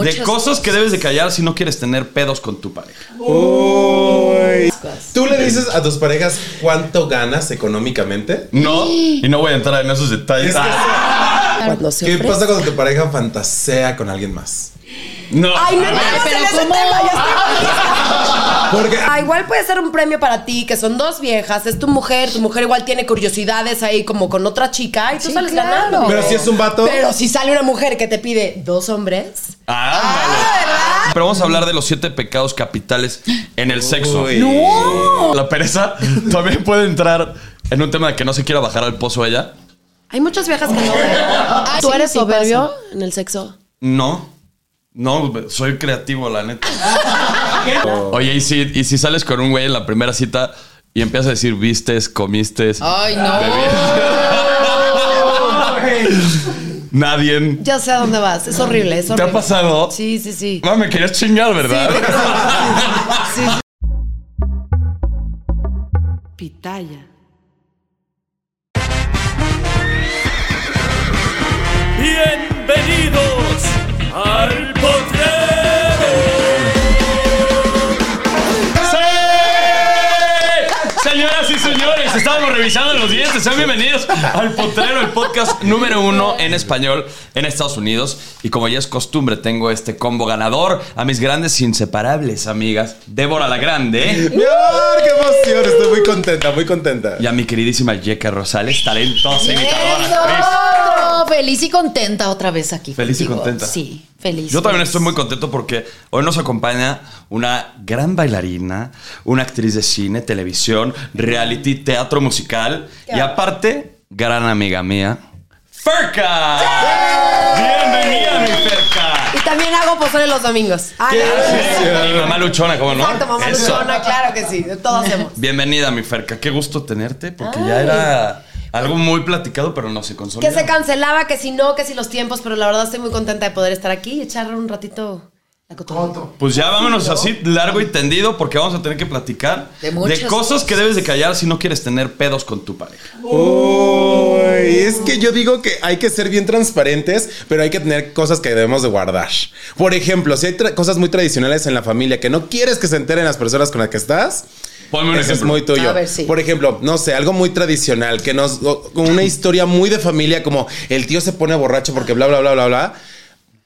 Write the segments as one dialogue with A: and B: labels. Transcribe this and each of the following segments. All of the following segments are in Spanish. A: De cosas que debes de callar si no quieres tener pedos con tu pareja.
B: Uy. ¿Tú le dices a tus parejas cuánto ganas económicamente?
A: No, y no voy a entrar en esos detalles. Ah,
B: Es que-
C: Cuando se
B: ¿Qué
C: ofrece.
B: pasa cuando tu pareja fantasea con alguien más?
A: No.
C: Ay, no,
A: A
C: no,
A: ver,
C: pero ¿cómo?
B: Porque
C: Ah, igual puede ser un premio para ti, que son dos viejas, es tu mujer, tu mujer igual tiene curiosidades ahí como con otra chica y tú
D: Sí,
C: sales
D: claro.
C: ganando.
B: Pero si es un vato.
C: Pero si sale una mujer que te pide dos hombres.
A: Ah, ándale. Pero vamos a hablar de los siete pecados capitales en el sexo.
B: Uy.
A: La pereza también puede entrar en un tema de que no se quiera bajar al pozo ella.
C: Hay muchas viejas que no. Ay,
D: ¿Tú
C: sí,
D: eres
C: sí
D: soberbio
C: pasa.
D: en el sexo?
A: No. No, soy creativo, la neta. Oye, ¿y si, y si sales con un güey en la primera cita y empiezas a decir vistes, comiste,
C: Ah.
D: Ay, no.
A: nadie.
D: Ya sé a dónde vas. Es horrible, es
A: ¿Te
D: horrible.
A: ha pasado?
D: Sí, sí, sí.
A: Ma, me querías chingar, ¿verdad?
D: Sí, sí.
E: Pitaya.
F: Bienvenidos al potrero.
A: ¡Sí! Señoras y señores, estábamos revisando los dientes. Sean bienvenidos al Potrero, el podcast número uno en español en Estados Unidos. Y como ya es costumbre, tengo este combo ganador a mis grandes inseparables amigas, Débora la Grande
B: ¡Mi amor, qué emoción! Estoy muy contenta, muy contenta.
A: y a mi queridísima Yeka Rosales, talentosa imitadora. actriz.
D: No, Oh, feliz y contenta otra vez aquí.
A: Feliz y
D: contigo.
A: contenta.
D: Sí, feliz.
A: Yo también
D: feliz.
A: estoy muy contento porque hoy nos acompaña una gran bailarina, una actriz de cine, televisión, reality, teatro musical y aparte, gran amiga mía, Ferca. Bienvenida, mi Ferca.
C: Y también hago pozole los domingos. Ah,
A: ¿Qué
C: no,
A: haces? Y mamá luchona, ¿cómo no?
C: Exacto, mamá
A: Eso.
C: luchona, claro que sí, de todo hacemos.
A: Bienvenida, mi Ferca. Qué gusto tenerte porque ya era algo muy platicado, pero no se consolidó.
C: Que se cancelaba, que si no, que si los tiempos, pero la verdad estoy muy contenta de poder estar aquí y echar un ratito la cotorra.
A: Pues ya vámonos así largo y tendido porque vamos a tener que platicar de,
D: De muchas
A: cosas que debes de callar si no quieres tener pedos con tu pareja.
B: Uy, es que yo digo que hay que ser bien transparentes, pero hay que tener cosas que debemos de guardar. Por ejemplo, si hay tra- cosas muy tradicionales en la familia que no quieres que se enteren las personas con las que estás.
A: Ponme un
B: eso
A: ejemplo.
B: es muy tuyo.
D: A ver, sí.
B: Por ejemplo, no sé, algo muy tradicional, que nos o- con una historia muy de familia como el tío se pone borracho porque bla bla bla bla bla.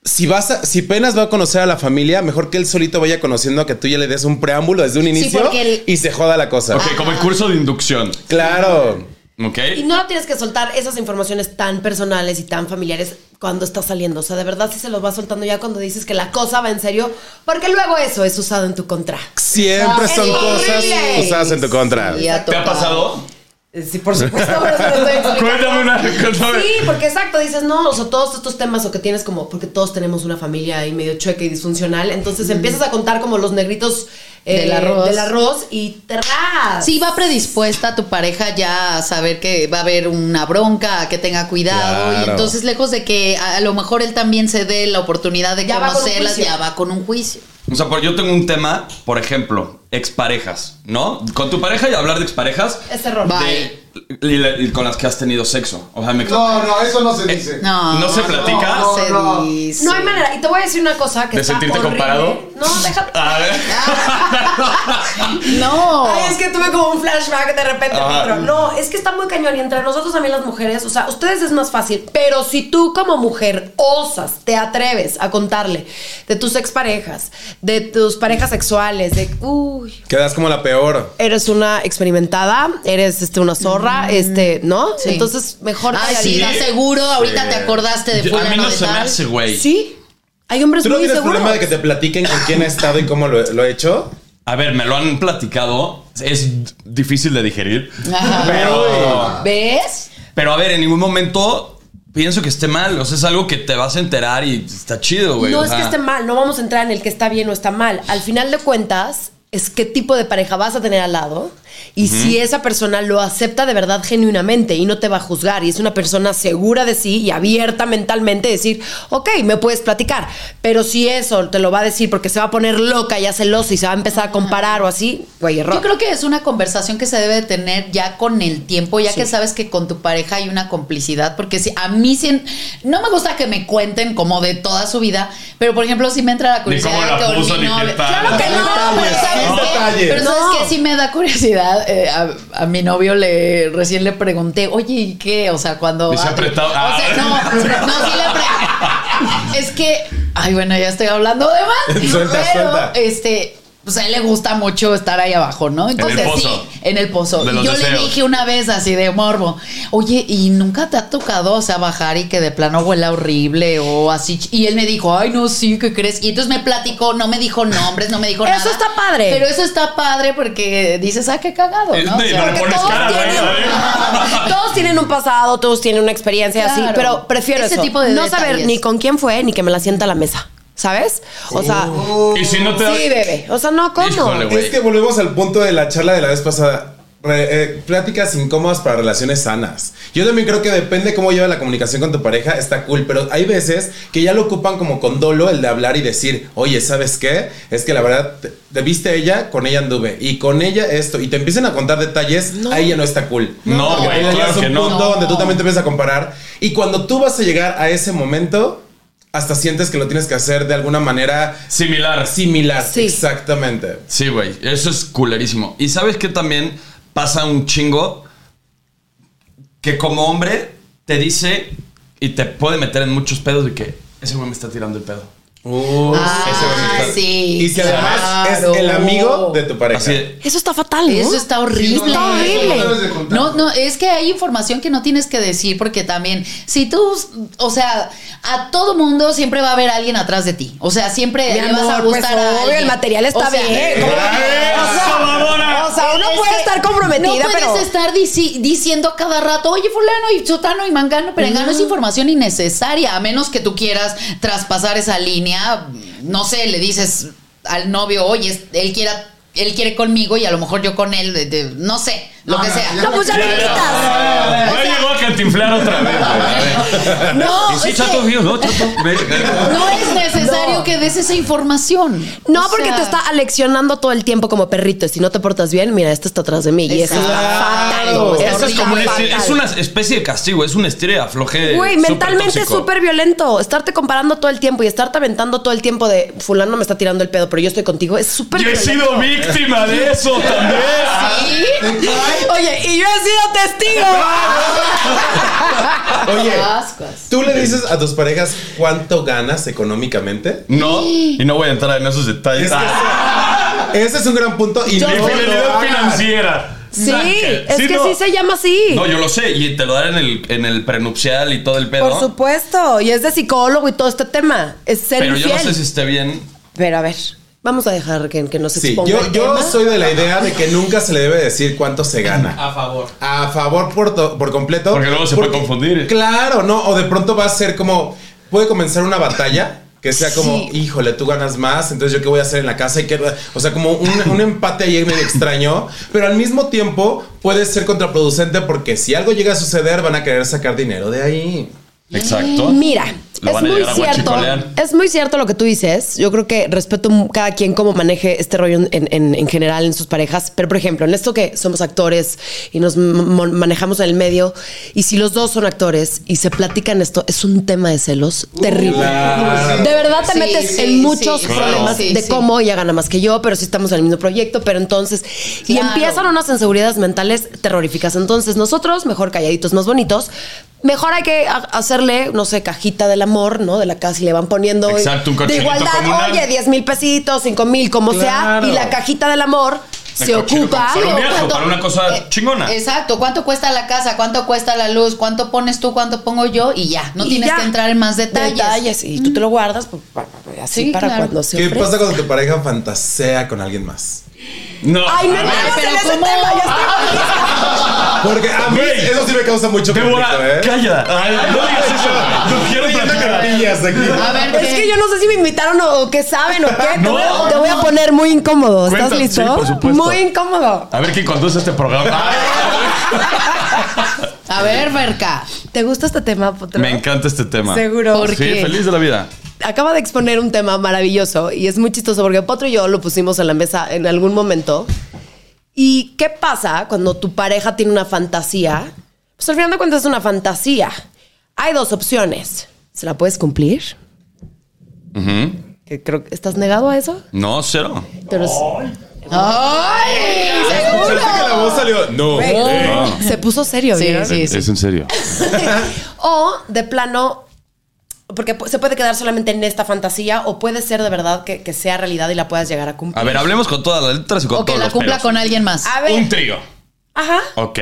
B: Si vas a- si apenas va a conocer a la familia, mejor que él solito vaya conociendo a que tú ya le des un preámbulo desde un inicio
D: porque el-
B: y se joda la cosa.
A: Ok, como el curso de inducción.
B: Claro.
A: Ok.
C: Y no lo tienes que soltar esas informaciones tan personales y tan familiares cuando estás saliendo. O sea, de verdad sí se los vas soltando ya cuando dices que la cosa va en serio, porque luego eso es usado en tu contra.
D: Ah,
B: Siempre son
C: Horrible.
B: cosas usadas en tu contra.
D: Y a
A: ¿Te ha
D: tocar.
A: pasado?
C: Eh, Sí, por supuesto. pero se lo estoy explicando.
A: Cuéntame una- cuéntame.
C: Sí, porque exacto, dices, no, o sea, todos estos temas o que tienes como, porque todos tenemos una familia ahí medio chueca y disfuncional, entonces empiezas a contar como los negritos eh,
D: Del arroz.
C: del arroz y terras.
D: Sí, va predispuesta tu pareja ya a saber que va a haber una bronca, a que tenga cuidado.
B: Claro.
D: Y entonces, lejos de que a, a lo mejor él también se dé la oportunidad de
C: Ya va con un
D: conocerlas,
C: juicio.
D: ya va con un juicio.
A: O sea, por- yo tengo un tema, por ejemplo, exparejas, ¿no? Con tu pareja y hablar de exparejas.
C: Es error.
D: Va.
A: De
D: Bye.
A: y la- y con las que has tenido sexo. O sea, me Eh,
E: No, no, eso no se dice.
D: No.
A: ¿No se platica?
D: No, se
E: No, no.
D: dice.
C: No hay manera. Y te voy a decir una cosa que
A: ¿De
C: está
A: sentirte
C: horrible.
A: comparado?
C: No, déjate.
A: A ver.
B: Oh.
D: No.
C: Ay, es que tuve como un flashback de repente, Pedro. No, es que está muy cañón. Y entre nosotros también las mujeres, o sea, ustedes es más fácil. Pero si tú como mujer osas, te atreves a contarle de tus exparejas, de tus parejas sexuales, de... Uy,
B: Quedas como la peor.
C: eres una experimentada, eres este, una
B: Mm.
C: zorra, este, ¿no?
D: Sí.
C: Entonces, mejor...
D: Ay, sí,
C: calladita.
D: ¿estás seguro? Ahorita te acordaste de
A: Yo- a mí
D: fulano
A: no
D: de
A: se me
D: tal.
A: hace, güey.
C: Sí. Hay hombres
D: Pues
B: ¿Tú no
C: muy
B: tienes
C: seguros.
B: problema de que te platiquen con quién ha estado y cómo lo, lo ha hecho?
A: A ver, me lo han platicado. Es difícil de digerir.
D: Ajá.
A: Pero,
D: ¿Ves?
A: pero a ver, en ningún momento pienso que esté mal. O sea, es algo que te vas a enterar y está chido, güey.
C: No
A: o
C: es que
A: sea.
C: esté mal, no vamos a entrar en el que está bien o está mal. Al final de cuentas, es qué tipo de pareja vas a tener al lado y si esa persona lo acepta de verdad genuinamente y no te va a juzgar y es una persona segura de sí y abierta mentalmente, decir, ok, me puedes platicar, pero si eso te lo va a decir porque se va a poner loca y celosa y se va a empezar a comparar o así, güey, error.
D: Yo creo que es una conversación que se debe de tener ya con el tiempo, ya que sabes que con tu pareja hay una complicidad, porque si a mí sí- no me gusta que me cuenten como de toda su vida, pero por ejemplo si me entra la curiosidad
A: cómo la
D: con
A: puso,
D: mi
A: ni qué
D: novio-
A: tal.
D: Claro que no,
B: Detalles,
D: pero sabes
B: no
D: qué,
B: detalles.
D: pero sabes
C: No.
D: qué? sí me da curiosidad, eh, a, a mi novio le recién le pregunté, "Oye, ¿y qué?" O sea, cuando
A: Dice
D: ah,
A: apretado.
D: O sea, no, no sí le pre- Es que ay, bueno, ya estoy hablando de más.
B: Suelta,
D: pero,
B: suelta.
D: este, pues a él le gusta mucho estar ahí abajo, ¿no? Entonces
A: el pozo.
D: sí, en el pozo.
A: De
D: Y
A: los
D: yo le
A: deseos.
D: dije una vez así de morbo, oye, ¿y nunca te ha tocado, o sea, bajar y que de plano huela horrible o así? ch- Y él me dijo, ay, no, sí, ¿qué crees? Y entonces me platicó, no me dijo nombres, no me dijo
C: Eso
D: nada.
C: está padre.
D: Pero eso está padre porque dices, ah, qué cagado,
A: Eh,
D: ¿no? O
A: y
D: sea,
A: no le
C: Porque
A: pones
C: todos
A: cara, güey,
C: tienen-
A: a ver.
C: Todos tienen un pasado, todos tienen una experiencia así,
D: Claro.
C: pero prefiero
D: Ese
C: eso.
D: tipo de
C: no
D: detalles.
C: saber ni con quién fue ni que me la sienta a la mesa, ¿sabes? O sea,
A: Oh. Y si no te
C: sí, bebé. O sea, no, ¿cómo?
A: Híjole, güey.
B: Es que volvemos al punto de la charla de la vez pasada. Re- eh, pláticas incómodas para relaciones sanas. Yo también creo que depende cómo lleva la comunicación con tu pareja, está cool, pero hay veces que ya lo ocupan como con dolo el de hablar y decir, oye, ¿sabes qué? Es que la verdad, te, te viste a ella, con ella anduve, y con ella esto, y te empiezan a contar detalles, ahí ya no está cool.
A: No,
B: Porque
A: güey,
B: ya
A: claro
B: es un
A: que no.
B: punto donde tú también te empiezas a comparar, y cuando tú vas a llegar a ese momento, hasta sientes que lo tienes que hacer de alguna manera
A: Similar.
B: similar.
C: Sí.
B: Exactamente.
A: Sí, güey. Eso es culerísimo. Y sabes que también pasa un chingo que como hombre te dice y te puede meter en muchos pedos de que ese güey me está tirando el pedo.
B: Uh,
D: Ah,
B: ese va a estar-
D: sí,
B: Y que además
D: claro.
B: es el amigo de tu pareja.
A: Así de,
C: Eso está fatal, ¿no?
D: Eso está horrible.
C: Está
E: no,
C: horrible.
E: No, debes de contar.
D: No, no, es que hay información que no tienes que decir porque también, si tú, o sea, a todo mundo siempre va a haber alguien atrás de ti. O sea, siempre
C: Mi
D: le vas a
C: amor, pues,
D: gustar a
C: obvio,
D: alguien.
C: el material está
D: O sea,
C: bien. ¿Cómo? O sea, o sea, uno
D: es
C: puede
D: que
C: estar comprometida,
D: No puedes
C: pero...
D: estar dici- diciendo cada rato, oye, fulano y sotano y mangano, pero engano es información innecesaria, a menos que tú quieras traspasar esa línea. No sé, le dices al novio, oye, es- él quiera. Él quiere conmigo y a lo mejor yo con él, de- de- no sé, lo que sea.
C: No, pues ya Ah, lo invitas.
A: Ya llegó a cantinflar otra vez, güey. A ver.
D: No,
A: Y sí,
D: es que
A: chato mío, ¿no? Chato. Ve- ve-
D: no es necesario que des esa información.
C: No,
D: O
C: porque
D: sea,
C: te está aleccionando todo el tiempo como perrito. Si no te portas bien, mira, este está atrás de mí. Y eso está
D: Exacto.
C: fatal.
A: Eso es
C: está
A: como un esti-
C: Pues fatal.
A: es una especie de castigo, es un estilo de afloje.
C: Güey,
A: súper
C: mentalmente es
A: tóxico.
C: súper violento. Estarte comparando todo el tiempo y estarte aventando todo el tiempo de fulano me está tirando el pedo, pero yo estoy contigo, es súper
A: Yo he
C: violento.
A: sido víctima de eso también.
D: ¿Sí?
C: Oye, y yo he sido testigo.
B: Oye,
D: Ascuas.
B: ¿tú le dices a tus parejas cuánto ganas económicamente?
A: No, y no voy a entrar en esos detalles.
B: Es que
C: Ah.
B: Ese es un gran punto y
C: Yo-
B: no lo
A: Infidelidad
B: hagas.
A: financiera.
C: Ah. Sí, es que
A: no.
C: sí se llama así.
A: No, yo lo sé, y te lo dan en el, en el prenupcial y todo el pedo.
C: Por supuesto, y es de psicólogo y todo este tema. Es ser
A: Pero yo
C: infiel.
A: no sé si esté bien.
C: Pero a ver, vamos a dejar que, que nos
B: Sí,
C: exponga.
B: yo,
C: el
B: yo
C: tema.
B: soy de la idea de que nunca se le debe decir cuánto se gana.
G: A favor.
B: a favor por, to- por completo.
A: Porque luego se puede confundir.
B: Claro, no, o de pronto va a ser como, puede comenzar una batalla. Que sea como,
D: Sí.
B: híjole, tú ganas más, entonces yo qué voy a hacer en la casa y qué. O sea, como un, un empate ahí medio extraño, pero al mismo tiempo puede ser contraproducente porque si algo llega a suceder, van a querer sacar dinero de ahí.
A: Exacto.
C: Mm, Mira,
A: Lo
C: es
A: van a
C: muy
A: llegar a
C: cierto.
A: guachicolear.
C: Es muy cierto lo que tú dices. Yo creo que respeto m- cada quien cómo maneje este rollo en, en- en general en sus parejas. Pero, por ejemplo, en esto que somos actores y nos m- mo- manejamos en el medio, y si los dos son actores y se platican esto, es un tema de celos terrible. De verdad te
D: Sí,
C: metes
D: sí,
C: en muchos
D: sí,
C: problemas
D: claro.
C: de
D: Sí, sí.
C: cómo ella gana más que yo, pero sí estamos en el mismo proyecto, pero entonces... Y
D: Claro.
C: empiezan unas inseguridades mentales terroríficas. Entonces nosotros, mejor calladitos, más bonitos, mejor hay que ha- hacerle, no sé, cajita del amor, ¿no? De la casa y le van poniendo...
A: Exacto, un
C: De
A: cochinito
C: igualdad,
A: comunal.
C: oye, 10 mil pesitos, 5 mil, como sea. Y la cajita del amor
A: El
C: se
A: cochino
C: ocupa...
A: con- para un
D: Digo,
A: viaje,
D: ¿cuánto-
A: para una cosa
D: eh,
A: chingona.
D: Exacto. ¿Cuánto cuesta la casa? ¿Cuánto cuesta la luz? ¿Cuánto pones tú? ¿Cuánto pongo yo? Y ya. No
C: y
D: tienes
C: ya.
D: que entrar en más detalles.
C: Detalles, Y tú te lo guardas pues, pa- pa- así
D: Sí,
C: para
D: claro.
C: cuando se
B: ¿Qué
C: ofrezca.
B: pasa cuando tu pareja fantasea con alguien más?
A: No.
C: Ay, no,
A: a
C: no,
A: ver,
C: no,
D: pero
C: pero
D: ¿cómo?
B: Porque a mí
A: Güey.
B: eso sí me causa mucho conflicto,
A: Débora,
B: ¿eh?
A: calla. Ay, no digas eso. No quiero
B: Estoy yendo
A: platicar.
B: cartillas aquí.
D: A ver,
C: Es
D: ¿qué?
C: que yo no sé si me invitaron o, o qué saben o qué. te,
A: No,
C: voy a, te voy a poner muy incómodo. ¿Estás
A: Cuenta-
C: listo?
A: sí, por supuesto.
C: Muy incómodo.
A: A ver quién conduce este programa.
D: A ver, Berca.
C: ¿Te gusta este tema, Potro?
A: Me encanta este tema.
C: Seguro. ¿Por
A: sí,
C: qué?
A: feliz de la vida.
C: Acaba de exponer un tema maravilloso y es muy chistoso porque Potro y yo lo pusimos en la mesa en algún momento. ¿Y qué pasa cuando tu pareja tiene una fantasía? Pues al final de cuentas es una fantasía. Hay dos opciones. ¿Se la puedes cumplir? Que creo que estás negado a eso.
A: No, cero.
C: Pero
D: ¡Ay! ¡Seguro!
B: ¿Pensaste que Ah, la voz salió? No.
C: Güey, se puso serio.
D: Sí,
C: ¿vieron?
D: sí, sí.
A: Ah, Es en serio.
C: O de plano, porque pu- se puede quedar solamente en esta fantasía o puede ser de verdad que, que sea realidad y la puedas llegar a cumplir.
A: A ver, hablemos con todas las letras y con
D: O que
A: todos
D: la
A: los
D: cumpla
A: pelos.
D: con alguien más.
C: A ver.
A: Un trío.
C: Ajá.
A: Ok.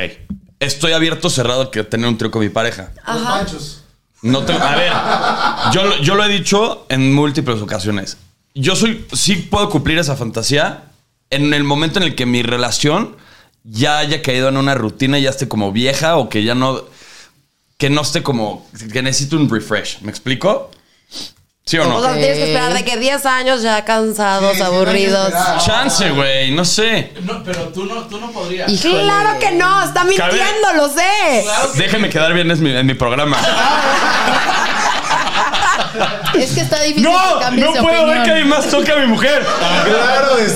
A: Estoy abierto, cerrado a que tener un trío con mi pareja.
E: Los machos.
A: No te- a ver, yo, lo- yo lo he dicho en múltiples ocasiones. Yo soy, sí puedo cumplir esa fantasía en el momento en el que mi relación ya haya caído en una rutina, ya esté como vieja o que ya no, que no esté como, que necesito un refresh. ¿Me explico? ¿Sí o
C: O sea,
A: no?
C: tienes que esperar de que 10 años ya cansados,
E: Sí, sí, no hay
C: aburridos.
E: que esperar.
A: Chance, güey, no sé.
G: No, pero tú no, tú no podrías.
D: Híjole.
C: Claro que no, está mintiendo, lo sé.
A: Déjeme quedar bien es mi- en mi programa.
C: Ah,
D: Es que está difícil que
A: ¡No!
D: cambies
A: No
D: de
A: puedo ver
D: opinión.
A: que alguien más toque a mi mujer.
B: Claro
D: Aunque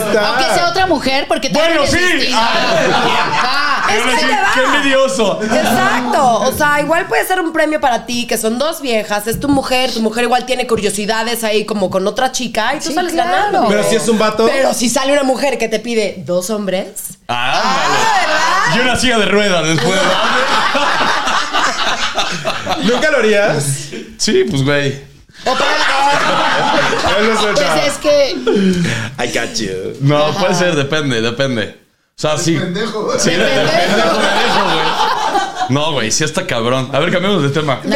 D: sea
B: está.
D: otra mujer, porque te
A: Bueno,
D: hagan
A: sí.
D: resistir.
A: Ah.
D: Ajá.
C: Es
A: Ahora
C: que
A: sí,
C: te va.
A: ¡Qué envidioso!
C: Exacto, o sea, igual puede ser un premio para ti, que son dos viejas, es tu mujer, tu mujer igual tiene curiosidades ahí como con otra chica y tú
D: Sí,
C: sales
D: claro.
C: ganando.
B: Pero si es un vato.
C: Pero si sale una mujer que te pide dos hombres,
A: Ah,
C: ¿verdad?
A: Y una silla de ruedas después.
B: ¿Nunca lo harías?
A: Sí, pues güey.
D: O para-
B: Él lo
D: Pues
B: suelta.
D: es que
B: I got you.
A: No, puede ser, depende, depende. O sea, sí.
E: Pendejo.
A: Sí, de- de- de- de- de- güey. No, güey, sí está cabrón. A ver, cambiemos de tema.
B: Yo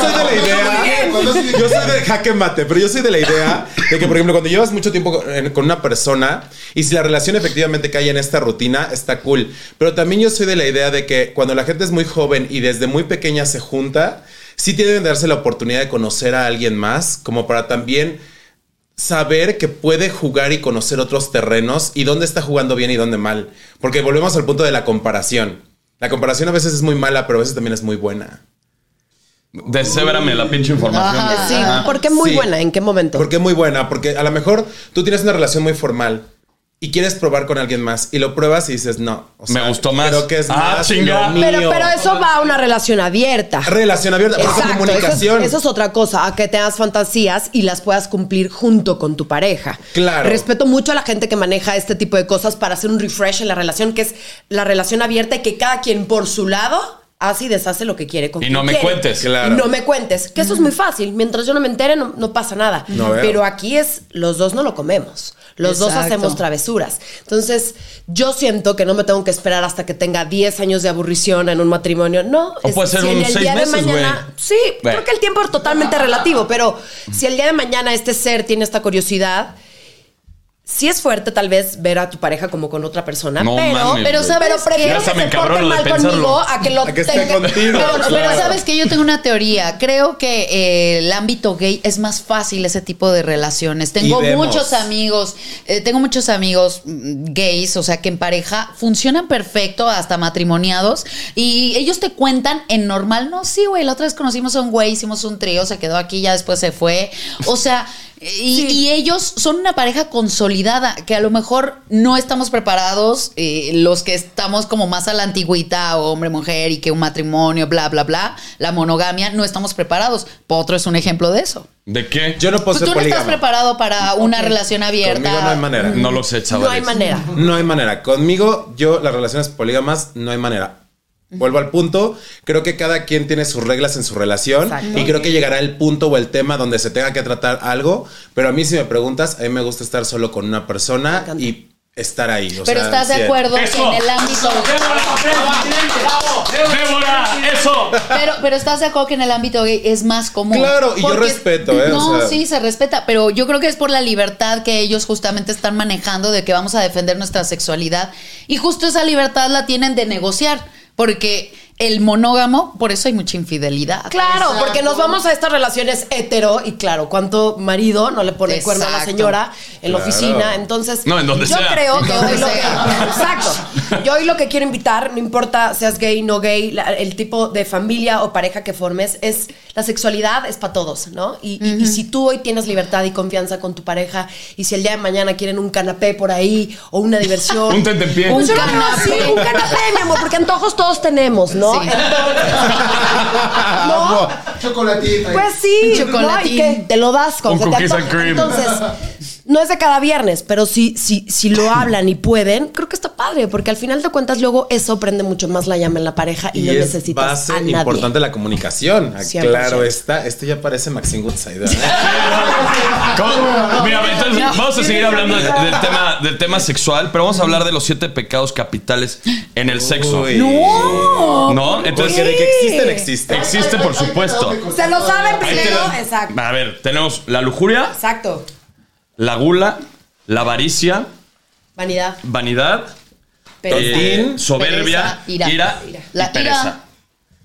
B: soy de la idea.
E: Cuando es-
B: Yo soy de jaque mate, pero yo soy de la idea de que, por ejemplo, cuando llevas mucho tiempo con- en- con una persona y si la relación efectivamente cae en esta rutina, está cool. Pero también yo soy de la idea de que cuando la gente es muy joven y desde muy pequeña se junta, sí tienen que darse la oportunidad de conocer a alguien más, como para también saber que puede jugar y conocer otros terrenos y dónde está jugando bien y dónde mal. Porque volvemos al punto de la comparación. La comparación a veces es muy mala, pero a veces también es muy buena.
A: Desébérame la pinche información.
D: Ajá.
C: Sí, porque es muy
B: Sí.
C: buena, ¿en qué momento?
B: Porque es muy buena, porque a lo mejor tú tienes una relación muy formal y quieres probar con alguien más y lo pruebas y dices, no, o
A: Me gustó más.
B: Creo que es
A: Ah,
B: más
A: chinga.
B: lo mío.
C: pero, pero eso va a una relación abierta.
B: Relación abierta, por eso
C: Exacto, eso es,
B: comunicación.
C: eso es otra cosa, a que tengas fantasías y las puedas cumplir junto con tu pareja.
B: Claro.
C: Respeto mucho a la gente que maneja este tipo de cosas para hacer un refresh en la relación, que es la relación abierta y que cada quien por su lado hace y deshace lo que quiere con
A: Y
C: quien
A: no me
C: quiere.
A: cuentes.
B: Claro. Mm.
C: Y no me cuentes, que eso es muy fácil. Mientras yo no me entere, no, no pasa nada.
B: No veo.
C: Pero aquí es, los dos no lo comemos. Los dos
D: Exacto.
C: hacemos travesuras. Entonces, yo siento que no me tengo que esperar hasta que tenga 10 años de aburrición en un matrimonio. No,
A: O puede ser
C: en
A: un
C: el
A: seis
C: día de
A: meses,
C: mañana-
A: güey.
C: Sí,
A: Bueno.
C: creo que el tiempo es totalmente relativo, pero si el día de mañana este ser tiene esta curiosidad sí es fuerte tal vez ver a tu pareja como con otra persona,
A: No
C: pero,
A: mames,
C: pero
A: güey.
C: sabes
D: Pero prefiero
C: que
A: hasta
C: se
A: me encabrono
C: porte
A: de
C: mal
A: pensarlo.
C: conmigo a que lo
B: A que esté
C: tenga-
B: contigo,
C: Pero- pero
B: claro.
C: sabes
D: sabes que yo tengo una teoría. Creo que eh, el ámbito gay es más fácil ese tipo de relaciones. Tengo
B: Y vemos.
D: muchos amigos, eh, tengo muchos amigos mm, gays, o sea que en pareja funcionan perfecto, hasta matrimoniados, y ellos te cuentan en normal, no, sí, güey, la otra vez conocimos a un güey, hicimos un trío, se quedó aquí, ya después se fue. O sea, y, y ellos son una pareja consolidada, que a lo mejor no estamos preparados, eh, los que estamos como más a la antigüita, hombre, mujer, y que un matrimonio, bla, bla, bla, la monogamia, no estamos preparados. Potro es un ejemplo de eso.
A: ¿De qué?
B: Yo no puedo
D: Pues
B: ser
D: tú no estás
B: polígamo.
D: preparado para una relación abierta.
B: Conmigo no hay manera.
A: No lo sé, chavales.
C: No hay manera.
B: No hay manera. Conmigo, yo, las relaciones polígamas, no hay manera. Vuelvo al punto. Creo que cada quien tiene sus reglas en su relación.
C: Exacto.
B: Y creo que llegará el punto o el tema donde se tenga que tratar algo. Pero a mí, si me preguntas, a mí me gusta estar solo con una persona y estar ahí. o
D: Pero
B: sea,
D: estás
B: sí,
D: de acuerdo que
F: Eso.
D: en el ámbito.
F: ¡Débora, Débora! ¡Débora! ¡Eso!
D: Pero, pero estás de acuerdo que en el ámbito gay es más común.
B: Claro, y yo
D: Porque-
B: respeto, ¿eh? O
D: No,
B: sea-
D: sí, se respeta, pero yo creo que es por la libertad que ellos justamente están manejando de que vamos a defender nuestra sexualidad. Y justo esa libertad la tienen de negociar, porque el monógamo, por eso hay mucha infidelidad.
C: Claro, porque nos vamos a estas relaciones hetero y claro, cuánto marido no le pone el cuerno a la
D: Exacto.
C: señora en la
B: Claro.
C: oficina, entonces
A: No, en donde
C: yo
A: sea.
C: creo que
D: Donde
C: hoy lo que,
D: sea.
C: exacto, yo hoy lo que quiero invitar, no importa seas gay, no gay, la- el tipo de familia o pareja que formes, es la sexualidad es para todos, ¿no? Y, y- y si tú hoy tienes libertad y confianza con tu pareja y si el día de mañana quieren un canapé por ahí o una diversión,
A: Un tentempié.
C: Pues yo lo
D: Un
C: veo así,
D: canapé.
C: un canapé, mi amor, porque antojos todos tenemos, ¿no?
D: Sí.
C: No,
E: Chocolatita.
C: pues sí,
D: Un chocolatín.
C: ¿no? Y que te lo das con
A: Un
C: se te
A: cookies and
C: antoja.
A: cream.
C: Entonces, no es de cada viernes, pero si, si, si lo hablan y pueden, creo que está padre, porque al final de cuentas luego eso prende mucho más la llama en la pareja y,
B: Y
C: no
B: es
C: necesitas
B: base
C: a nadie.
B: importante la comunicación. Ah,
C: 100%.
B: Claro, está. Esto ya parece Maxine Goodside. ¿verdad?
A: ¿Cómo? Mira, entonces
D: Mira,
A: vamos a seguir hablando de- del tema, del tema sexual, pero vamos a hablar de los siete pecados capitales en el sexo.
B: Uy.
A: ¿No? Entonces,
B: Porque de que existen, existen.
A: existe, por supuesto.
C: Se lo saben
A: Ahí te
C: primero.
A: va.
C: Exacto.
A: A ver, tenemos la lujuria,
C: Exacto.
A: la gula, la avaricia,
C: Vanidad.
A: vanidad,
C: pereza.
A: eh,
B: Tontín,
A: soberbia,
D: pereza, ira.
A: ira,
D: Ira.
A: y
D: La ira. Eh,
A: pereza.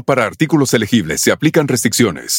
H: para artículos elegibles se aplican restricciones.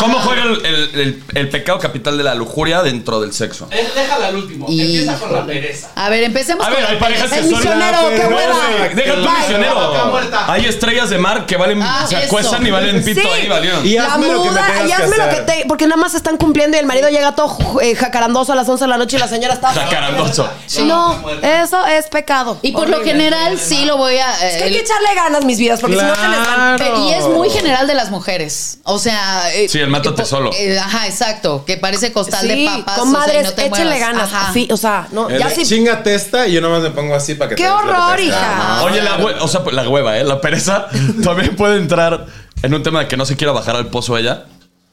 A: ¿Cómo juega el, el- el- el pecado capital de la lujuria dentro del sexo?
G: Es- Eh, déjala al último.
D: Y-
G: Empieza con la pereza.
D: A ver, empecemos
A: A ver,
D: con
A: hay
D: la
A: parejas
D: pereza.
A: que son.
C: misionero,
A: No,
C: qué
A: güey,
C: hueva.
A: Deja tu
C: Bye.
G: Vaca
A: misionero.
G: muerta.
A: Hay estrellas de mar que valen,
D: Ah,
A: se
D: eso.
A: acuestan y valen pito ahí, valieron.
B: Y
C: la
B: hazme lo que me
C: muda,
B: tengas
C: y
B: que
C: hazme lo que
B: hacer.
C: te. Porque nada más están cumpliendo y el marido llega todo ju- eh, jacarandoso a las 11 de la noche y la señora está.
A: Jacarandoso.
C: Sí, No, eso es pecado.
D: Y por lo
G: Horrible,
D: general
G: horrible,
D: sí
G: ¿no?
D: lo voy a...
C: Es que
D: eh,
C: hay que echarle ganas, mis vidas, porque si no se les van.
B: Claro.
D: Y es muy general de las mujeres. O sea. eh,
A: Sí, el mátate
D: po-
A: solo.
D: eh, ajá, exacto. Que parece costal de
C: Sí,
D: papas.
C: comadres,
D: o sea, y no te
C: échenle
D: muevas.
C: ganas.
D: Ajá.
C: Sí, o sea, no,
B: El
C: ya
B: de
C: sí.
B: Chingate esta Eh, y yo nomás me pongo así para que
C: ¡Qué
B: te Ah, des la
C: horror,
B: testa.
C: hija!
A: Oye, la, hue- o sea, pues, la hueva, ¿eh? La pereza también puede entrar en un tema de que no se quiera bajar al pozo ella.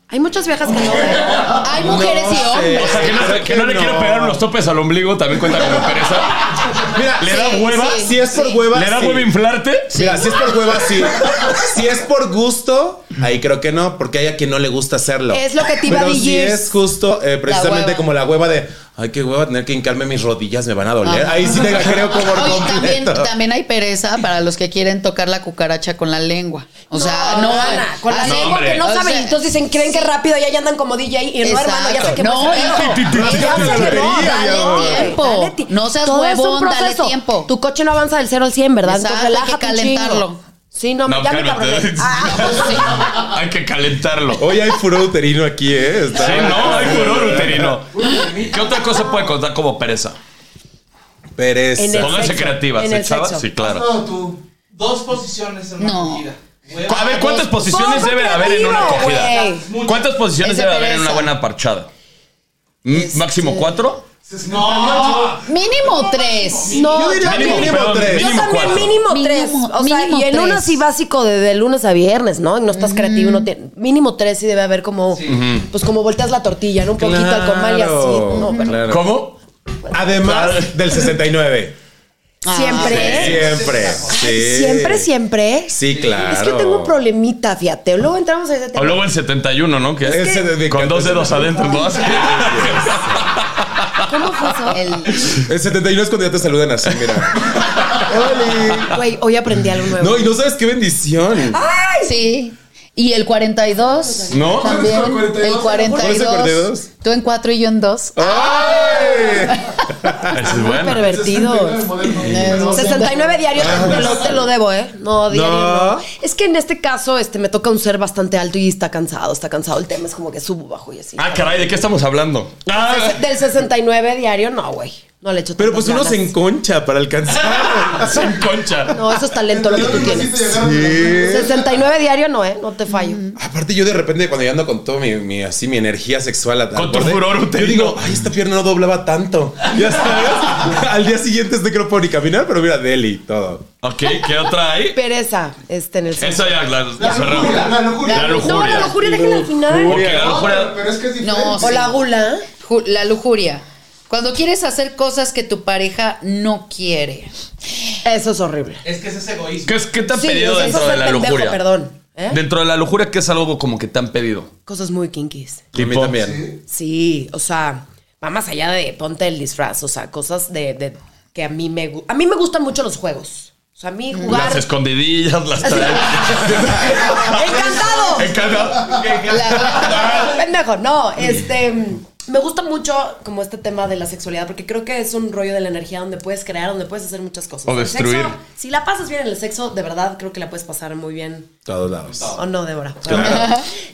C: Hay muchas viejas que no. güey.
D: Hay mujeres
B: No
D: y
B: sé.
D: hombres.
A: O sea, que no,
B: Creo
A: que no
B: que
A: le quiero
B: no.
A: pegar unos topes al ombligo también cuenta como pereza.
B: Mira,
A: ¿Le da hueva?
D: sí,
B: si es por
D: sí.
B: hueva.
A: ¿Le da
B: sí.
A: huevo inflarte?
B: Mira, si es por hueva, sí. Si es por gusto, ahí creo que no, porque hay a quien no le gusta hacerlo.
C: Es lo que te iba a
B: Pero si
C: decir.
B: es justo, eh, precisamente
D: hueva.
B: como la hueva de, ay, qué hueva tener que hincarme mis rodillas, me van a doler.
D: Ajá.
B: Ahí sí te la creo como por
D: Oye, también,
B: completo.
D: también hay pereza para los que quieren tocar la cucaracha con la lengua. O sea, no.
C: Ana, con la
D: así-
C: lengua que no
D: O
C: saben,
D: sea,
C: entonces dicen, creen que
D: sí.
C: rápido ya andan como DJ y no, hermano, ya se
D: Exacto.
C: quemó
D: No,
C: ese
D: hijo,
C: dedo.
B: tú- tú-
C: Ya
B: tú-
C: se
B: tú-
C: quemó,
B: tú-
C: dale
B: tú-
C: tiempo.
D: tú-
C: Dale ti-
D: No seas
C: Todo es un
D: huevón, dale
C: proceso.
D: tiempo.
C: Tu coche no avanza del 0 al 100, ¿verdad?
D: Exacto,
C: Entonces
D: hay que
C: relájate un chingo.
D: calentarlo.
C: Sí, no,
A: No,
C: ya me
A: cálmate.
C: cabroné. Ah,
A: Hay que calentarlo.
B: Hoy hay furor uterino aquí, ¿eh? Está-
A: Sí, no, hay furor uterino. ¿Qué otra cosa puede contar como pereza?
B: Pereza.
C: En el-
A: Pónganse
C: sexo.
A: creativas,
C: En
A: ¿eh,
C: el
A: chavas?
C: sexo.
A: Sí, claro.
E: No, tú.
G: Dos posiciones en una
D: No.
G: cogida.
A: Cu- A ver, ¿cuántas posiciones
C: Ponte
A: debe haber en una
C: creativo,
A: cogida?
C: güey.
A: ¿Cuántas posiciones
D: Es de
A: debe haber en
D: pereza.
A: una buena parchada? M- ¿Máximo cuatro?
G: No.
D: Mínimo tres.
C: No,
B: Yo diría
A: Mínimo,
B: mínimo
A: perdón,
B: tres.
C: Yo
A: Mínimo
C: también
A: cuatro.
C: mínimo
D: Mínimo-
C: tres. o sea,
D: mínimo
C: y en
D: tres.
C: una así básico de, de lunes a viernes, ¿no? No estás creativo, no te- mínimo tres sí debe haber como, pues como volteas la tortilla, ¿no? Un poquito al comal y así. No, pero
B: Claro.
A: ¿Cómo?
B: Además del 69.
D: Ah,
C: siempre.
B: Siempre. Sí.
C: ¿Eh? Siempre, siempre.
B: Sí, claro.
C: Es que tengo un problemita, fíjate. Luego entramos a ese
A: O
C: tema.
A: luego el 71, ¿no? Que
B: Ese de- de-
A: con dos dedos adentro, ¿no?
C: ¿Cómo fue eso?
B: El 71 es cuando ya te saludan así, mira. Oli.
C: Güey, hoy aprendí algo nuevo.
B: No, y no sabes qué bendición.
D: Sí. Y el 42.
B: ¿No?
D: También.
E: ¿Cuál es
D: El
E: el
D: 42.
B: 42?
D: Tú en 4 y yo en 2.
B: ¡Ay!
A: Eso es
C: Muy
A: bueno.
C: pervertido. 69 diarios te lo, te lo debo, ¿eh? No, diario no.
B: No.
C: Es que en este caso este, me toca un ser bastante alto y está cansado, está cansado. El tema es como que subo, bajo y así.
A: Ah, caray, ¿de qué estamos hablando? Ah,
C: Del 69 diario, no, güey. No le echo
B: Pero
C: tantas
B: pues uno se
C: ganas.
B: enconcha para alcanzar.
A: sin concha.
C: No, eso es talento lo que tú tienes.
B: Sí.
C: 69 diario no, ¿eh? No te fallo.
B: Aparte, yo de repente, cuando yo ando con todo mi, mi- así, mi energía sexual. al-
A: Con
B: al
A: tu
B: borde,
A: furor
B: Yo
A: uterino.
B: digo, ay, esta pierna no doblaba tanto. Ya sabes. al día siguiente es necropón y caminar, pero mira, Deli, todo.
A: Ok, ¿qué otra hay?
C: Pereza, este, en el
A: Esa ya la, la
E: La lujuria,
A: cerramos.
E: la lujuria.
A: La
C: No, la
A: lujuria.
C: lujuria déjenla al final.
A: Ok, la
E: No,
A: lujuria.
E: Pero es que es diferente.
D: No,
C: O la gula.
D: Ju- La lujuria. Cuando quieres hacer cosas que tu pareja no quiere.
C: Eso es horrible.
G: Es que ese es egoísmo.
A: ¿Qué, es- qué te han
C: Sí,
A: pedido
C: o sea, eso
A: dentro
C: fue
A: de la
C: pendejo,
A: lujuria?
C: perdón. ¿Eh?
A: Dentro de la lujuria, ¿qué es algo como que te han pedido?
C: Cosas muy kinkies.
B: Y a mí
A: Tipo.
B: también.
C: Sí, o sea, va más allá de ponte el disfraz, o sea, cosas de, de- que a mí me gu- a mí me gustan mucho los juegos. O sea, a mí jugar
A: Mm. Las escondidillas, las traes.
C: encantado.
A: Encanta.
C: Pendejo, no, este me gusta mucho como este tema de la sexualidad porque creo que es un rollo de la energía donde puedes crear, donde puedes hacer muchas cosas.
A: O
C: El sexo,
A: destruir.
C: si la pasas bien en el sexo, de verdad creo que la puedes pasar muy bien
B: Todos lados.
C: ¿O no, Débora?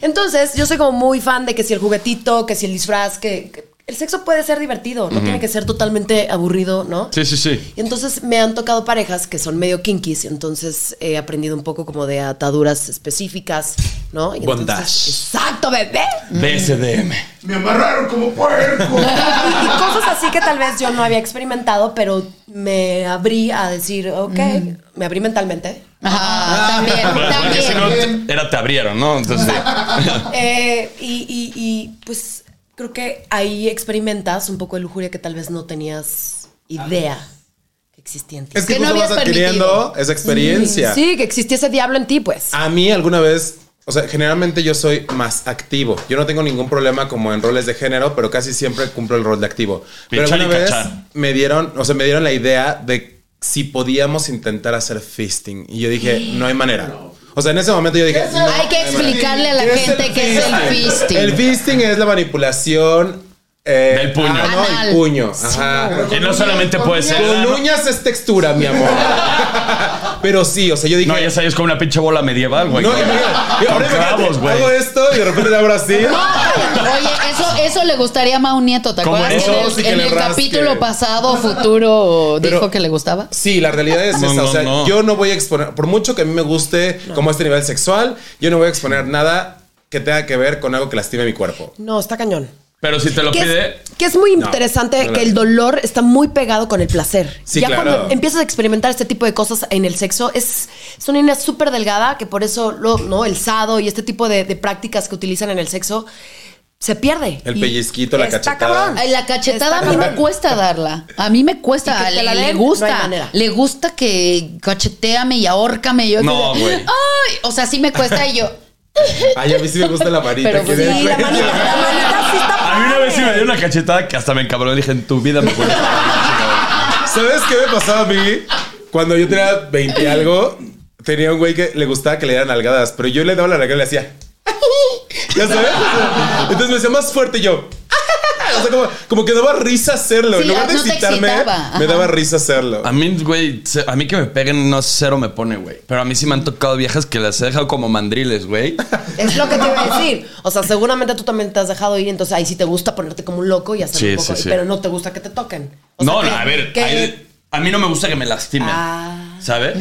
C: Entonces, yo soy como muy fan de que si el juguetito, que si el disfraz, que, que- el sexo puede ser divertido, no tiene que ser totalmente aburrido, ¿no?
A: Sí, sí, sí.
C: Y entonces me han tocado parejas que son medio kinkies, entonces he aprendido un poco como de ataduras específicas, ¿no? Y entonces-
B: Bondage.
C: Exacto, bebé.
A: BSDM.
E: Me amarraron como puerco.
C: Y cosas así que tal vez yo no había experimentado, pero me abrí a decir, ok, me abrí mentalmente.
D: Ajá, Ah, también,
A: Bueno, porque si no,
D: también.
A: te- era te abrieron, ¿no? Entonces.
C: Eh, y, y- y, pues creo que ahí experimentas un poco de lujuria que tal vez no tenías idea que existía en ti.
B: Es que,
D: Que no
B: justo
D: habías
B: vas adquiriendo
D: permitido.
B: esa experiencia.
C: Sí, que existía ese diablo en ti, pues.
B: A mí alguna vez, o sea, generalmente yo soy más activo. Yo no tengo ningún problema como en roles de género, pero casi siempre cumplo el rol de activo. Pero
A: Pichar y
B: alguna vez
A: cachar.
B: me dieron, o sea, me dieron la idea de si podíamos intentar hacer fisting y yo dije, no hay manera. O sea, en ese momento yo dije,
E: es
B: "No
E: el-
D: Hay que
B: hay manera".
D: explicarle a la
B: ¿Qué es
D: gente
B: el
D: qué es el fisting.
B: El fisting es la manipulación eh,
A: Del puño.
B: ano y
D: Anal.
B: puño. Ajá.
A: Que no solamente puede ser.
B: Con
A: ¿no?
B: uñas es textura, mi amor. Pero sí, o sea, yo dije.
A: No, ya sabes, como una pinche bola medieval, güey.
B: No, y mira, y
A: Con
B: ahora imagínate,
A: clavos, güey.
B: hago esto y de repente le abro así.
D: Oye, eso, eso le gustaría a Mau Nieto, ¿te
A: Como
D: acuerdas?
A: eso,
D: que en el,
B: sí que
D: en
B: le
D: el
B: rasque.
D: capítulo pasado, futuro,
B: Pero-
D: dijo que le gustaba.
B: Sí, la realidad es
A: No,
B: esa.
A: no,
B: o sea,
A: no.
B: yo no voy a exponer, por mucho que a mí me guste como este nivel sexual, yo no voy a exponer nada que tenga que ver con algo que lastime mi cuerpo.
C: No, está cañón.
A: Pero si te lo
C: Que
A: pide.
C: es, que es muy interesante
B: no la
C: que el
B: vi.
C: dolor está muy pegado con el placer.
B: Sí,
C: ya
B: claro.
C: cuando empiezas a experimentar este tipo de cosas en el sexo, es, es una línea súper delgada que por eso, lo- ¿no? El sado y este tipo de, de prácticas que utilizan en el sexo se pierde.
B: El
C: Y
B: pellizquito, la
C: está
B: cachetada.
C: cabrón.
D: Ay, La cachetada a
C: Está
D: mí me
C: cabrón.
D: cuesta darla. A mí me
C: Y
D: cuesta.
C: que te
D: Le,
C: la
D: le
C: den, no hay
D: gusta.
C: manera.
D: le gusta que cacheteame y ahórcame. Yo
A: No,
D: que-
A: güey.
D: Ay, o sea, sí me cuesta y yo.
B: Ay, a mí sí me gusta la varita.
D: Pero
B: que
D: pues
B: de-
C: Sí, la manita, la manita sí está
A: A mí una vez sí
C: padre.
A: me dio una cachetada que hasta me encabronó. Dije, en tu vida me acuerdo.
B: ¿Sabes qué me pasaba a mí? Cuando yo tenía 20 y algo, tenía un güey que le gustaba que le dieran algadas, pero yo le daba la nalgada y le hacía. ¿Ya sabes? Entonces me decía más fuerte y yo. O sea, como, como que daba risa hacerlo.
D: Sí, ah,
B: en lugar de
D: no te
B: excitarme,
D: excitaba. Ajá.
B: me daba risa hacerlo.
A: A mí, güey, se- a mí que me peguen no cero me pone, güey. Pero a mí sí me han tocado viejas que las he dejado como mandriles, güey.
C: Es lo que te iba a decir. O sea, seguramente tú también te has dejado ir, entonces ahí sí te gusta ponerte como un loco y hacer
A: Sí,
C: un poco,
A: sí, sí.
C: pero no te gusta que te toquen. O sea,
A: No,
C: que-
A: no, a ver,
C: que-
A: ahí- a mí no me gusta que me lastimen,
C: Ah.
A: ¿sabes?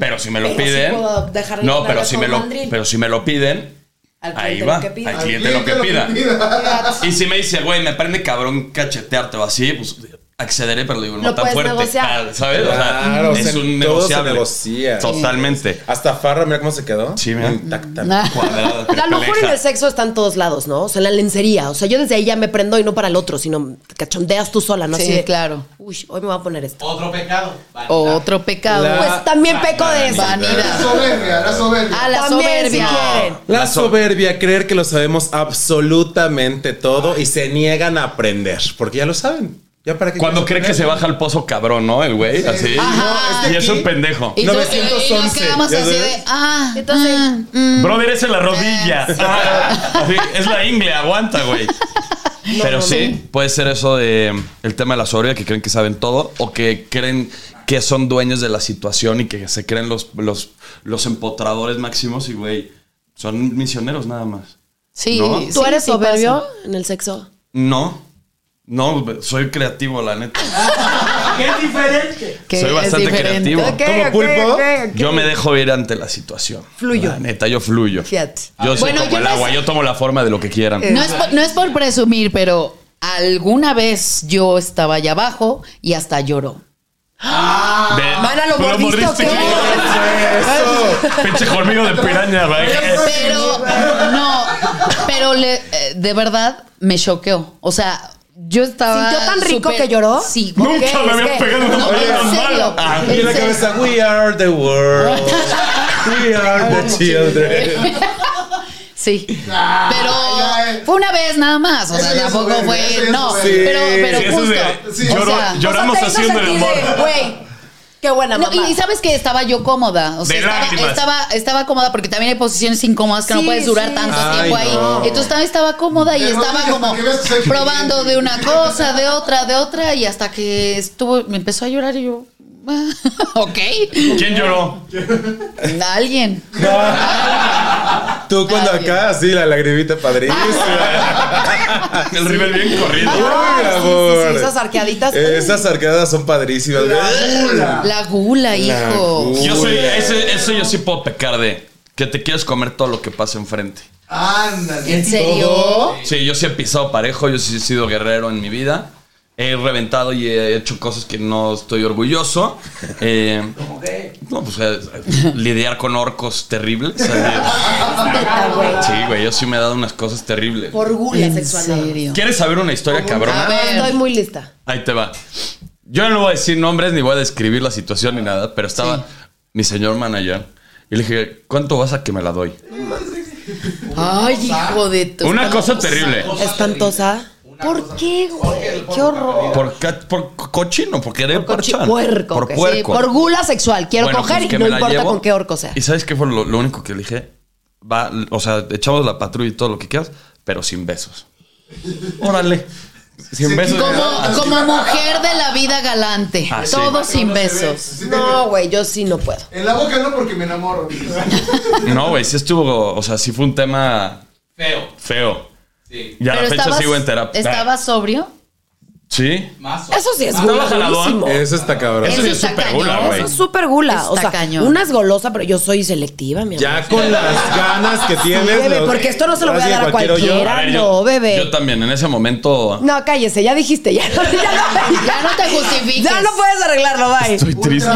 A: Pero si me lo
C: Pero sí
A: piden,
C: puedo dejar de
A: no,
C: hablar
A: pero
C: con
A: si me lo,
C: mandril.
A: pero si me lo piden,
C: Al cliente
A: ahí
C: lo
A: va,
C: que pida.
A: al
C: Al
A: cliente lo que pida.
E: pida.
A: Y si me dice, güey, me prende cabrón cachetearte o así, pues accederé, pero digo, no
C: Lo
A: tan
C: puedes
A: fuerte,
C: negociar.
A: ah, ¿sabes? O sea,
B: Claro, o
A: es
B: sea,
A: un
B: todo se
A: negociable,
B: negocia.
A: totalmente.
B: Hasta Farra, mira cómo se quedó.
A: Sí, mira.
B: Intacta.
A: Cuadrada,
C: La locura en
A: perpleja.
C: el sexo está en todos lados, ¿no? O sea, en la lencería. O sea, yo desde ahí ya me prendo y no para el otro, sino te cachondeas tú sola, ¿no?
D: Sí,
C: Así de,
D: claro.
C: Uy, hoy me voy a poner esto.
G: Otro pecado. Vanidad.
C: Oh.
D: Otro pecado.
B: La-
C: Pues también peco de eso.
E: La
D: vanidad.
E: soberbia, la soberbia.
D: A la
C: También, si
D: soberbia.
C: quieren.
B: La soberbia, creer que lo sabemos absolutamente todo y se niegan a aprender, porque ya lo saben. Ya para qué
A: Cuando cree
B: quieren
A: que se
B: aprender?
A: baja al pozo cabrón, ¿no? El güey, así.
D: Ajá.
B: No, es que
A: y es
B: aquí-
A: un pendejo.
D: Ah, Y, tú-
B: 911,
D: y nos quedamos
B: ya
D: así
B: sabes.
D: de. Ah,
C: Entonces-
D: ah, mm.
A: Brother, es en la rodilla. Ah, así, es la ingle, aguanta, güey. Pero sí, puede ser eso de el tema de la soberbia, que creen que saben todo o que creen que son dueños de la situación y que se creen los, los, los empotradores máximos y, güey, son misioneros nada más.
D: Sí,
A: ¿No?
D: sí,
C: ¿Tú eres
D: sí
C: soberbio
D: pasa.
C: en el sexo?
A: No, no, soy creativo, la neta.
G: ¡Qué diferente!
D: Que
A: soy
D: es
A: bastante
D: diferente.
A: creativo.
B: ¿Como pulpo?
A: Yo me dejo ir ante la situación.
C: Fluyo.
A: La neta, yo fluyo.
C: Fíjate.
A: Yo soy
D: Bueno,
A: como
D: yo
A: el
D: no
A: agua,
D: sé. Eh,
A: yo tomo la forma de lo que quieran.
D: No es, por, no es por presumir, pero alguna vez yo estaba allá abajo y hasta lloró.
A: Ven.
C: Mana, ¿lo
A: Ah, Tú
C: mordiste o qué?
B: Eso.
A: Pinche colmillo de piraña, güey.
D: Pero, no, pero le, eh, de verdad me choqueó. O sea, yo estaba.
C: ¿Sintió tan rico
D: súper-
C: que lloró?
D: Sí.
C: ¿Por qué?
A: Nunca me
C: Es
A: habían
C: que-
A: pegado una
D: No,
A: pared
D: en
A: tan
D: serio.
A: mala. Ah,
B: Y en la
D: En serio.
B: cabeza, we are the world. We are the children.
D: Sí.
E: ya, eh.
D: Pero fue una vez nada más. O
E: Eso
D: sea,
E: ya es
D: tampoco
E: soberbia, eso ya
D: fue.
E: es
D: No,
E: soberbia.
D: pero, pero
A: Sí, eso es
D: justo.
A: de-
E: sí,
D: o
A: lloro-
D: sea,
A: lloro- Lloramos
C: O sea, te hizo
A: haciendo el
C: sentir de,
A: amor.
C: Güey, qué buena
D: No,
C: mamá.
D: y sabes que estaba yo cómoda. O sea,
A: De
D: estaba,
A: lágrimas.
D: estaba, estaba cómoda porque también hay posiciones incómodas que
C: Sí,
D: no puedes durar
C: sí.
D: tanto
B: Ay,
D: tiempo ahí.
B: no.
D: Entonces también estaba cómoda y
E: De
D: estaba
E: rodillas,
D: como
E: porque ves que se-
D: probando de una cosa, de otra, de otra. Y hasta que estuvo, me empezó a llorar y yo. ah, ok.
A: ¿Quién lloró?
D: Alguien.
B: Tú cuando acá, así, la lagrimita padrísima.
A: El River bien corrido.
B: Uy,
C: Ay, sí, sí,
B: amor.
C: sí, esas arqueaditas.
B: Esas arcadas son padrísimas.
D: Ah, La gula, hijo.
B: gula.
A: Yo soy,
B: Uy.
A: ese, ese yo sí puedo pecar de que te quieres comer todo lo que pasa enfrente.
E: Ándale.
D: ¿En serio?
A: Sí, yo sí he pisado parejo, yo sí he sido guerrero en mi vida. He reventado y he hecho cosas que no estoy orgulloso. Eh, no, pues eh, lidiar con orcos terribles. Sí, güey, yo sí me he dado unas cosas terribles.
C: Por gula
D: En
C: sexual.
D: serio.
A: ¿Quieres saber una historia cabrona?
C: A ver, estoy muy lista.
A: Ahí te va. Yo no voy a decir nombres ni voy a describir la situación ni nada, pero estaba mi señor manager y le dije, ¿cuánto vas a que me la doy?
D: Ay, hijo de tu.
A: Una cosa terrible.
C: Espantosa. ¿Por qué, güey? Qué horror.
A: Por, ca- por co- cochino, por querer
C: Por cochi-
A: parchar.
C: puerco.
A: Por
C: que sí,
A: puerco.
C: por gula sexual. Quiero
A: Bueno,
C: coger
A: pues,
C: y
A: que
C: no
A: me la
C: importa
A: llevo.
C: con qué orco sea.
A: ¿Y sabes qué fue lo, lo único que le dije? Va, o sea, echamos la patrulla y todo lo que quieras, pero sin besos. Órale. Sin besos.
D: Como, como mujer de la vida galante.
A: Ah, sí.
D: Todo sin besos.
E: Sí,
C: No, güey, yo sí no puedo.
E: En la boca no porque me enamoro.
A: No, güey, sí estuvo, o sea, sí fue un tema
G: Feo.
A: feo.
G: Sí.
A: Ya a la fecha
D: estabas-
A: sigo en terapia.
D: ¿Estabas sobrio?
A: Sí.
G: Más
C: Eso sí es
A: ¿Está la jaladora?
C: buenísimo.
B: Eso está cabrón.
A: Eso
D: Eso
A: sí es
D: está
A: súper
D: cañón,
A: gula, güey.
C: Eso es súper gula.
D: Está
C: O sea,
D: cañón.
C: una es golosa, pero yo soy selectiva, mi amor.
B: Ya con las ganas que tienes.
C: bebé,
B: lo-
C: porque esto no se lo voy a
B: ahora sí,
C: dar a
B: cualquier hoyo.
C: cualquiera.
A: A ver,
C: No, bebé.
A: Yo también, en ese momento.
C: No, cállese, ya dijiste, ya no, ya no-
D: Ya no te justifiques.
C: ya no puedes arreglarlo, bye.
A: Estoy triste.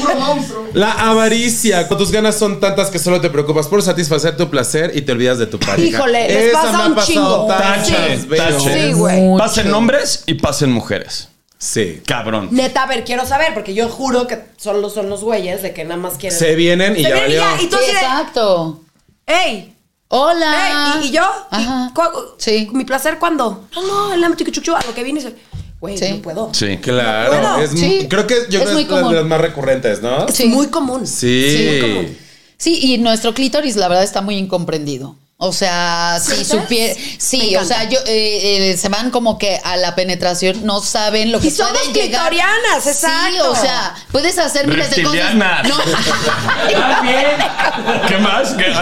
E: Puro monstruo.
B: La avaricia. Tus ganas son tantas que solo te preocupas por satisfacer tu placer y te olvidas de tu pareja.
C: Híjole, les
B: Esa
C: pasa
B: me ha
C: un
B: pasado
C: chingo.
B: Tachas,
A: Sí.
B: veo.
A: Tachas.
C: Sí, güey.
D: Mucho.
A: Pasen hombres y pasen mujeres.
B: Sí.
A: Cabrón.
C: Neta, a ver, quiero saber, porque yo juro que solo son los güeyes de que nada más quieren.
B: Se vienen y
C: Se
B: ya
C: vienen y
B: valió.
C: ya, y tú
D: Sí,
C: así de,
D: exacto.
C: ¡Ey!
D: Hola.
C: ¡Ey! ¿Y, y yo? ¿Y
D: Ajá.
C: cu-
D: Sí.
C: ¿Mi placer cuándo? No, no, el ámbito que chuchu, a lo que vine. se- Güey,
D: Sí.
C: no puedo.
A: Sí.
B: Claro.
C: Bueno,
B: es,
D: sí.
B: Creo que yo
D: Es
B: creo
D: muy
B: es una
D: común.
B: de las más recurrentes, ¿no?
C: Es
D: Sí.
C: muy común.
D: Sí, muy
B: Sí.
D: común. Sí, y nuestro clítoris, la verdad, está muy incomprendido. O sea, si
C: ¿Sientes?
D: supiera.
C: Me
D: Sí, o
C: encanta.
D: sea, yo eh, eh, se van como que a la penetración, no saben lo
C: Y
D: que
C: somos
D: pueden llegar.
C: clitorianas,
D: Sí,
C: exacto.
D: o sea, puedes hacer miles de cosas.
A: Reptilianas.
D: No.
A: ¿Qué más? ¿Qué-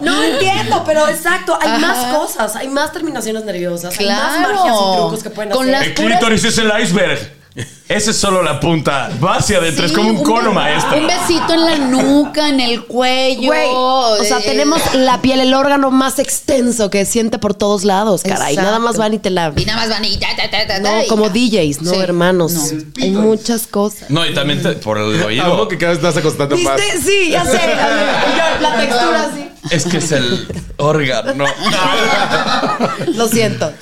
C: No entiendo, pero exacto. Hay
D: Ajá.
C: más cosas, hay más terminaciones nerviosas, hay más
D: Claro.
C: magias y trucos que pueden
D: Con
C: hacer.
A: El clítoris es el iceberg. Ese es solo la punta. Va hacia adentro. es
D: Sí,
A: como un cono,
D: be-
A: maestro.
D: Un besito en la nuca, en el cuello.
C: Güey, o sea,
D: eh,
C: tenemos la piel, el órgano más extenso que siente por todos lados, cara. Y
D: Exacto.
C: nada más van y te la.
D: Y nada más van y ta, ta, ta, ta,
C: No,
D: ta, y
C: como
D: ya.
C: DJs, no,
D: Sí,
C: hermanos.
D: no.
C: Hay muchas cosas.
A: No, y también te- por el
D: Ah,
B: Algo
A: oído.
B: que cada vez estás acostando más.
C: ¿Viste? Sí, ya sé. Yo, la textura sí.
A: Es que es el órgano.
C: Lo siento.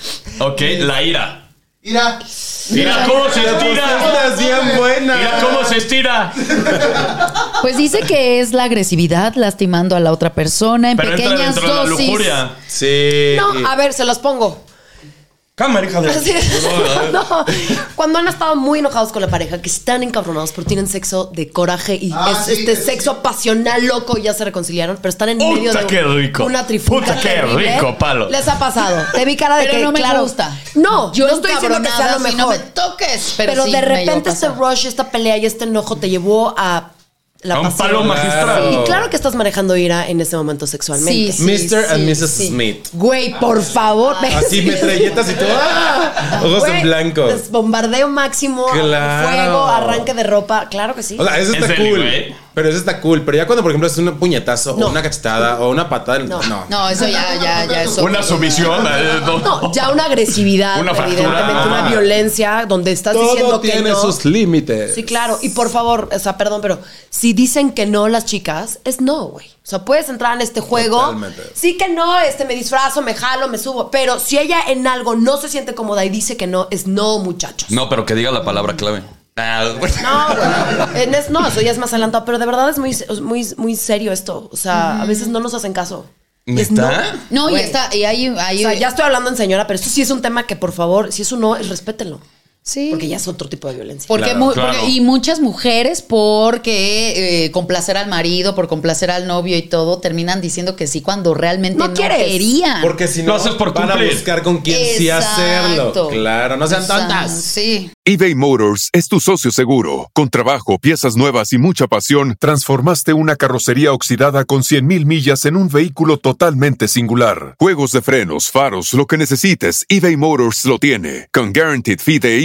A: ok, la ira.
E: Mira.
A: Mira cómo se
B: Te
A: estira.
B: pusiste bien buena.
A: Mira cómo se estira.
D: Pues dice que es la agresividad lastimando a la otra persona en
A: Pero entra
D: pequeñas
A: dentro de la
D: dosis.
A: lujuria.
B: Sí.
C: No, a ver, se los pongo.
A: Cámara, hija de.
C: Así es. No, cuando han estado muy enojados con la pareja, que están encabronados porque tienen sexo de coraje y
E: Ah,
C: es
E: sí,
C: este
E: sí.
C: sexo pasional loco y ya se reconciliaron, pero están en
A: Puta,
C: medio de
A: qué rico.
C: una trifulca
A: Puta, qué
C: terrible.
A: rico, palo.
C: Les ha pasado. Te vi cara de
D: Pero
C: que
D: no me
C: claro,
D: gusta.
C: No, yo no estoy diciendo que sea
D: encabronada,
C: lo
D: si no
C: mejor.
D: me toques, pero,
C: pero
D: sí
C: de
D: me llegó a
C: repente este
D: pasar.
C: rush, esta pelea y este enojo te llevó a la
A: A un
C: pasión.
A: palo magistral.
C: Y claro que estás manejando ira en ese momento sexualmente.
D: Sí,
B: Mr. and
D: sí,
B: Mrs.
D: sí.
B: Smith.
C: Güey, por favor.
B: Ah, Así metralletas y todo. ¡Ah! Ojos
C: Güey,
B: en blanco.
C: pues, bombardeo máximo,
B: Claro.
C: fuego, arranque de ropa. Claro que sí.
B: O sea, eso
A: Es
B: está
A: deli,
B: cool.
A: güey.
B: Pero eso está cool. Pero ya cuando, por ejemplo, es un puñetazo
C: No.
B: o una cachetada o una patada.
C: No.
B: No.
D: No, eso ya, ya, ya es
A: Una
D: otro.
A: sumisión. eh, no.
C: no, ya una agresividad,
A: Una fractura.
C: evidentemente, una violencia donde estás
B: Todo
C: diciendo que
B: tiene
C: no.
B: sus límites.
C: Sí, claro. Y por favor, o sea, perdón, pero si dicen que no las chicas, es no, güey. O sea, puedes entrar en este juego.
B: Totalmente.
C: Sí que no, este, me disfrazo, me jalo, me subo. Pero si ella en algo no se siente cómoda y dice que no, es no, muchachos.
A: No, pero que diga la palabra clave. Ah, bueno.
C: No, güey. En es- No, eso ya es más adelantado, pero de verdad es muy, muy, muy serio esto. O sea, a veces no nos hacen caso. Es
A: ¿Neta?
D: No, y
C: Güey.
D: está, y hay,
C: O
D: hay
C: sea, ya estoy hablando en señora, pero esto sí es un tema que, por favor, si eso no, es respétenlo.
D: sí.
C: Porque ya es otro tipo de violencia.
D: Porque
A: Claro,
D: mu-
A: claro.
D: porque- y muchas mujeres, porque eh, complacer al marido, por complacer al novio y todo, terminan diciendo que sí cuando realmente
C: No
D: no,
C: quieres.
D: querían.
B: Porque si
A: Lo
B: no,
A: haces por
B: van a
A: cumplir.
B: buscar con quién sí
D: Exacto.
B: hacerlo. Claro, no sean
D: Exacto,
B: tontas.
D: Sí.
H: eBay Motors es tu socio seguro. Con trabajo, piezas nuevas y mucha pasión, transformaste una carrocería oxidada con 100.000 millas en un vehículo totalmente singular. Juegos de frenos, faros, lo que necesites, eBay Motors lo tiene. Con Guaranteed Fee de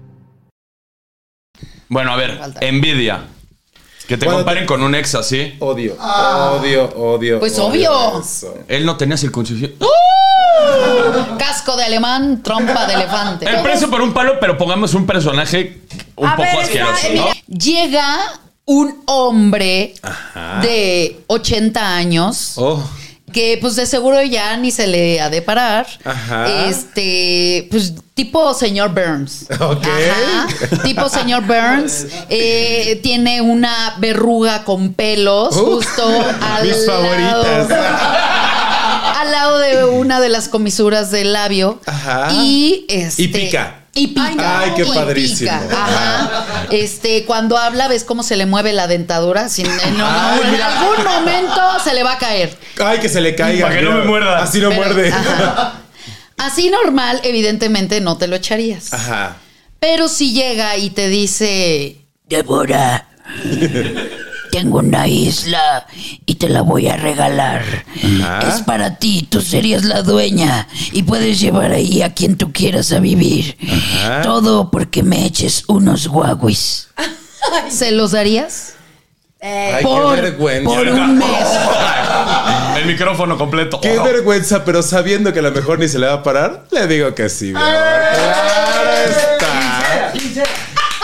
A: Bueno, a ver,
D: Falta.
A: envidia. Que te
B: Bueno,
A: comparen con un ex así.
B: Odio, odio, odio.
D: Pues
B: odio
D: obvio.
B: eso.
A: Él no tenía circuncisión.
D: Casco de alemán, trompa de elefante.
A: El precio por un palo, pero pongamos un personaje un
C: A
A: poco
C: ver,
A: asqueroso,
C: está-
A: ¿no?
C: mira.
D: Llega un hombre de 80 años
B: Oh,
D: que pues de seguro ya ni se le ha de parar.
B: Ajá.
D: Este, pues tipo señor Burns.
B: Ok.
D: Ajá, tipo señor Burns. Eh, tiene una verruga con pelos
B: Uh,
D: justo al
B: Mis
D: lado-
B: favoritas.
D: al lado de una de las comisuras del labio.
B: Ajá.
D: Y este.
B: Y pica.
D: Y pica.
B: Ay, no. Ay, qué
D: Y
B: padrísimo.
D: pica, Ajá. Este, cuando habla, ves cómo se le mueve la dentadura. Sin, en,
B: Ay,
D: en
B: mira.
D: algún momento se le va a caer.
B: Ay, que se le caiga.
F: Para que no
B: mira.
F: me muerda.
B: Así no
D: Pero,
B: muerde.
D: ajá. Así normal, evidentemente no te lo echarías.
B: Ajá.
D: Pero si llega y te dice,
I: Débora, tengo una isla y te la voy a regalar.
B: Ajá.
I: Es para ti, tú serías la dueña y puedes llevar ahí a quien tú quieras a vivir.
B: Ajá.
I: Todo porque me eches unos guaguis.
D: ¿se los darías?
B: Ay, qué vergüenza.
I: por un mes.
F: El micrófono completo.
B: Qué vergüenza, pero sabiendo que a lo mejor ni se le va a parar, le digo que sí, mi
D: Ah,
B: amor. Claro está.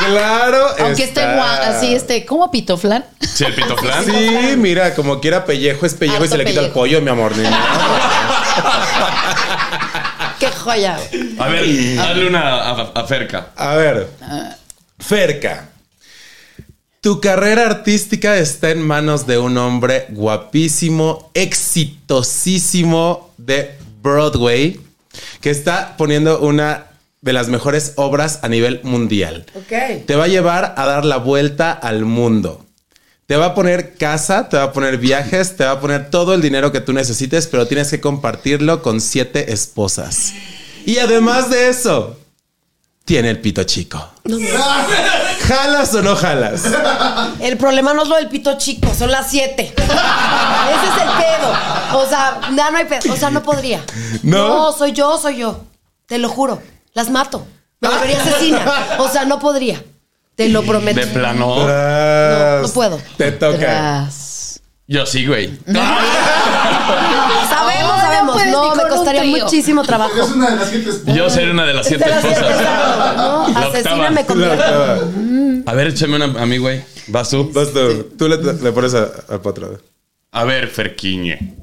B: Claro
D: Aunque esté
B: está.
D: gua- así, este, como pitoflan.
F: Sí, el pitoflan.
B: Sí, mira, como quiera pellejo es pellejo y
D: Harto
B: se le quita el
D: pellejo.
B: pollo, mi amor. ni nada.
C: Qué joya.
F: A ver, hazle una acerca.
B: A ver. Ferca. Tu carrera artística está en manos de un hombre guapísimo, exitosísimo de Broadway, que está poniendo una de las mejores obras a nivel mundial.
C: Ok.
B: Te va a llevar a dar la vuelta al mundo. Te va a poner casa, te va a poner viajes, te va a poner todo el dinero que tú necesites, pero tienes que compartirlo con siete esposas. Y además de eso, tiene el pito chico. ¿Jalas o no jalas?
C: El problema no es lo del pito chico, son las 7. Ese es el pedo. O sea, ya no hay pedo. O sea, no podría.
B: ¿No?
C: soy yo, soy yo. Te lo juro. Las mato. Me volvería asesina. O sea, no podría. Te lo prometo.
A: De plano.
B: No,
C: no puedo.
B: Te toca.
D: Tras.
A: Yo sí, güey.
C: Sabemos,
D: No, no
C: sabemos.
D: puedes
C: No,
D: ni
C: me
D: con un
C: costaría
D: trío.
C: muchísimo trabajo.
E: Es una de las siete esposas.
A: Yo seré una de las siete
C: De las siete,
A: esposas.
C: claro, ¿no?
A: La
C: Asesina
A: octava.
C: me convierte.
A: A ver, échame una a mí, güey. Vas tú.
B: Vas tú. Tú le, le pones a- al patrón.
A: A ver, Ferquiñe.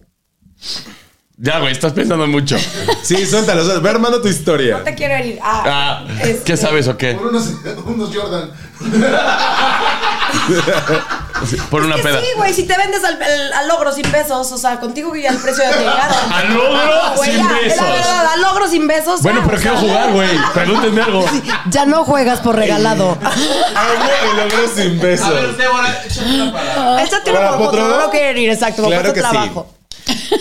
A: Ya, güey, estás pensando mucho.
B: Sí, suéltalo. suéltalo. Ve armando tu historia.
C: Te quiero herir. Ah,
A: Ah, ¿qué sabes o qué?
E: Por unos, unos Jordan.
A: Por una
C: que
A: peda.
C: Sí, güey, si te vendes al, al- al logro sin besos, o sea, contigo que ya el precio ya te llegaron.
A: Al logro
C: Güey,
A: sin
C: ya, es La
A: besos.
C: verdad, al logro sin besos.
A: Bueno,
C: ya,
A: pero
C: o
A: quiero
C: sea,
A: jugar, güey. Pregúntenme algo.
C: Ya no juegas por regalado.
B: Amo el hombre sin
G: A ver,
B: besos.
G: Débora, échate una palabra.
C: Échate una
B: Para
C: por
B: Potro,
C: otro,
B: ¿no?
C: no quiero ir, exacto, por
B: Claro
C: otro
B: que sí.
C: trabajo.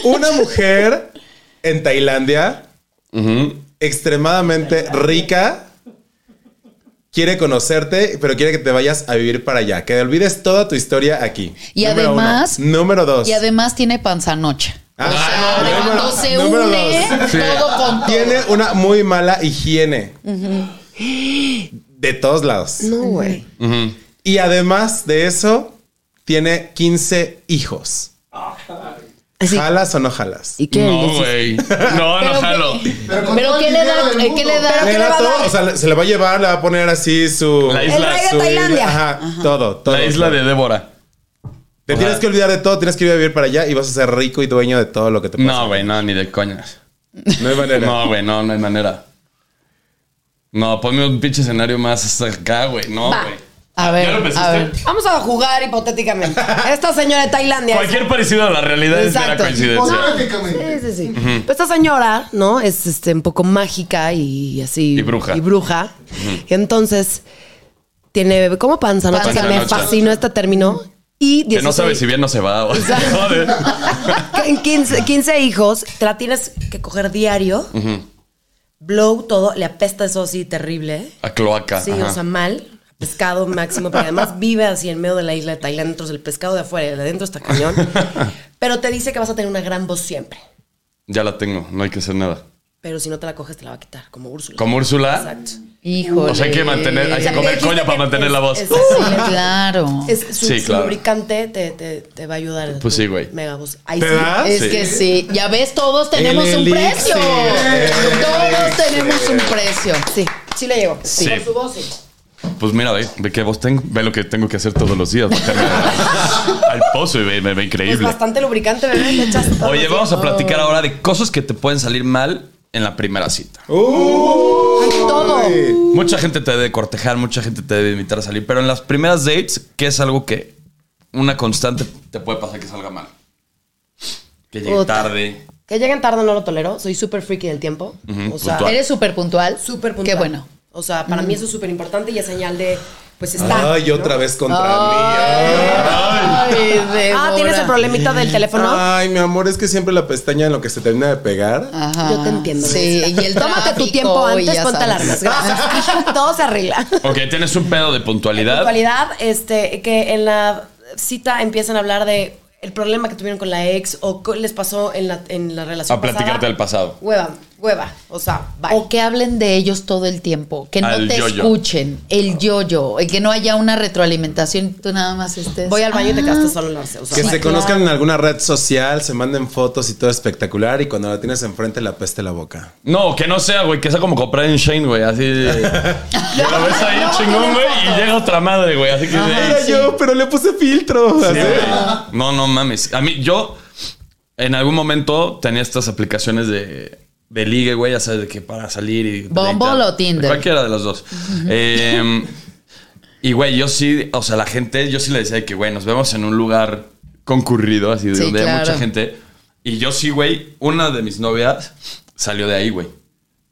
B: Una mujer en Tailandia, extremadamente rica, quiere conocerte, pero quiere que te vayas a vivir para allá. Que olvides toda tu historia aquí.
D: Y
B: uno.
D: además-
B: Número dos.
D: Y además tiene panzanocha.
B: Ah,
D: sea, de cuando se
B: número
D: une
B: dos.
D: todo con todo.
B: Tiene una muy mala higiene. De todos lados.
C: No, güey.
B: Y además de eso, tiene 15 hijos.
C: Así.
B: ¿Jalas o no jalas?
C: ¿Y qué?
A: No, güey. No, no
D: Pero-
A: jalo.
E: Pero, con
D: Pero
E: todo el
D: ¿qué le
E: dinero
D: da?
E: del
D: eh, ¿Qué le
E: mundo.
D: da?
C: Pero-
B: Le
C: ¿qué le va
B: da
C: a
B: todo,
C: dar?
B: o sea, le- se le va a llevar, le va a poner así su.
A: La
C: El
A: isla,
C: rey de
B: su
C: Tailandia.
B: Ajá, todo, todo.
A: la isla de Débora.
B: Te tienes que olvidar de todo, tienes que ir a vivir para allá y vas a ser rico y dueño de todo lo que te pasa.
A: No, güey, no, ni de coñas.
B: No hay manera.
A: No, güey, no, no hay manera. No, ponme un pinche escenario más hasta acá, güey. No,
C: Va.
A: güey.
D: A
F: ¿Ya lo
D: ver, a
F: pensaste?
D: ver.
C: Vamos a jugar hipotéticamente. Esta señora de Tailandia. es-
A: Cualquier parecido a la realidad es mera
C: Exacto. Pues,
A: coincidencia.
E: Prácticamente.
C: Sí, sí, sí. Pero Esta señora, ¿no? Es este, un poco mágica y así.
A: Y bruja.
C: Y bruja. Entonces, tiene como panza, ¿no?
D: Panza
C: Que me
A: noche.
C: fascinó este término. Y 16,
A: Que no sabe si bien no se va. güey. Joder.
C: En 15, 15 hijos, te la tienes que coger diario. Blow todo, le apesta eso así terrible.
A: A cloaca.
C: Sí,
A: ajá.
C: o sea, mal. Pescado máximo, pero además vive así en medio de la isla de Tailandia. Entonces, el pescado de afuera y el de adentro está cañón. Pero te dice que vas a tener una gran voz siempre.
A: Ya la tengo, no hay que hacer nada.
C: Pero si no te la coges, te la va a quitar, como Úrsula.
A: Como Úrsula.
C: Exacto.
D: Híjole.
A: O sea, hay que mantener, hay
C: O sea,
A: que
C: que
A: comer
C: dijiste
A: coño para
C: que
A: mantener
C: es-
A: la voz.
C: es-
D: Sí, claro.
C: Es su,
A: Sí,
C: su
A: claro.
C: lubricante te, te, te va a ayudar. en
A: Pues
C: tu
A: sí, güey.
C: Mega voz. Ahí
B: ¿Te
C: sí. Eh,
B: das?
D: Es
A: Sí.
D: que sí. Ya ves, todos tenemos
B: Ah, El
D: un
B: elixir.
D: precio. Todos tenemos un precio.
C: Sí, sí le llegó.
A: Sí.
C: Por su voz, sí.
F: pues mira, ve, ve que vos tengo, ve lo que tengo que hacer todos los días. bajarme al- al pozo y ve, me ve
C: Es
F: increíble.
C: bastante lubricante, bebé. Le echas todo
A: Oye,
C: el
A: vamos a
C: Pues tiempo.
A: platicar ahora de cosas que te pueden salir mal en la primera cita.
B: ¡Uh!
C: Todo.
A: Mucha gente te debe cortejar, mucha gente te debe invitar a salir, pero en las primeras dates, ¿qué es algo que una constante te puede pasar que salga mal? Que llegue
C: Puta.
A: tarde.
C: Que lleguen tarde no lo tolero. Soy súper freaky del tiempo. O sea,
A: puntual.
D: Eres súper puntual.
C: súper puntual.
D: Qué bueno. Mm.
C: O sea, para mí eso es súper importante y es señal de, pues está.
B: Ay, otra vez contra mí.
D: Ay,
C: Ah, tienes el
D: Débora.
C: problemita del teléfono.
B: Ay, mi amor, es que siempre la pestaña en lo que se termina de pegar.
C: Ah,
D: Ajá.
C: Yo te entiendo.
D: Sí,
C: Luisita.
D: y el
C: Tómate tu
D: tráfico,
C: tiempo
D: y
C: antes,
D: ya
C: ponte
D: sabes.
C: alarmas. Gracias. Todo se arregla.
F: Ok, tienes un pedo de puntualidad.
C: Puntualidad, este, que en la cita empiezan a hablar de el problema que tuvieron con la ex o qué les pasó en la, en la relación.
F: A platicarte
C: pasada.
F: del pasado.
C: Hueva, hueva. O sea, bye.
D: O que hablen de ellos todo el tiempo, que no
F: Al
D: te
F: yo-yo.
D: escuchen, el yo-yo, el que no haya una retroalimentación, tú nada más estés.
C: Voy al baño y te
D: Ah,
C: quedaste solo en la pues, O sea,
B: Que
C: bye.
B: se conozcan en alguna red social, se manden fotos y todo espectacular y cuando la tienes enfrente la peste la boca.
F: No, que no sea, güey, que sea como comprar en Shane, güey, así. Ya lo ves ahí chingón, güey, y llega otra madre, güey, así que.
B: Era yo, pero le puse filtro. Así.
A: No, no mames. A mí, yo en algún momento tenía estas aplicaciones de, de ligue, güey, ya sabes, de que para salir y.
D: Bumble
A: datear.
D: o Tinder.
A: Cualquiera de las dos. Eh, y, güey, yo sí, o sea, la gente, yo sí le decía de que, güey, nos vemos en un lugar concurrido, así, de
D: Sí,
A: donde hay
D: claro.
A: mucha gente. Y yo sí, güey, una de mis novias salió de ahí, güey.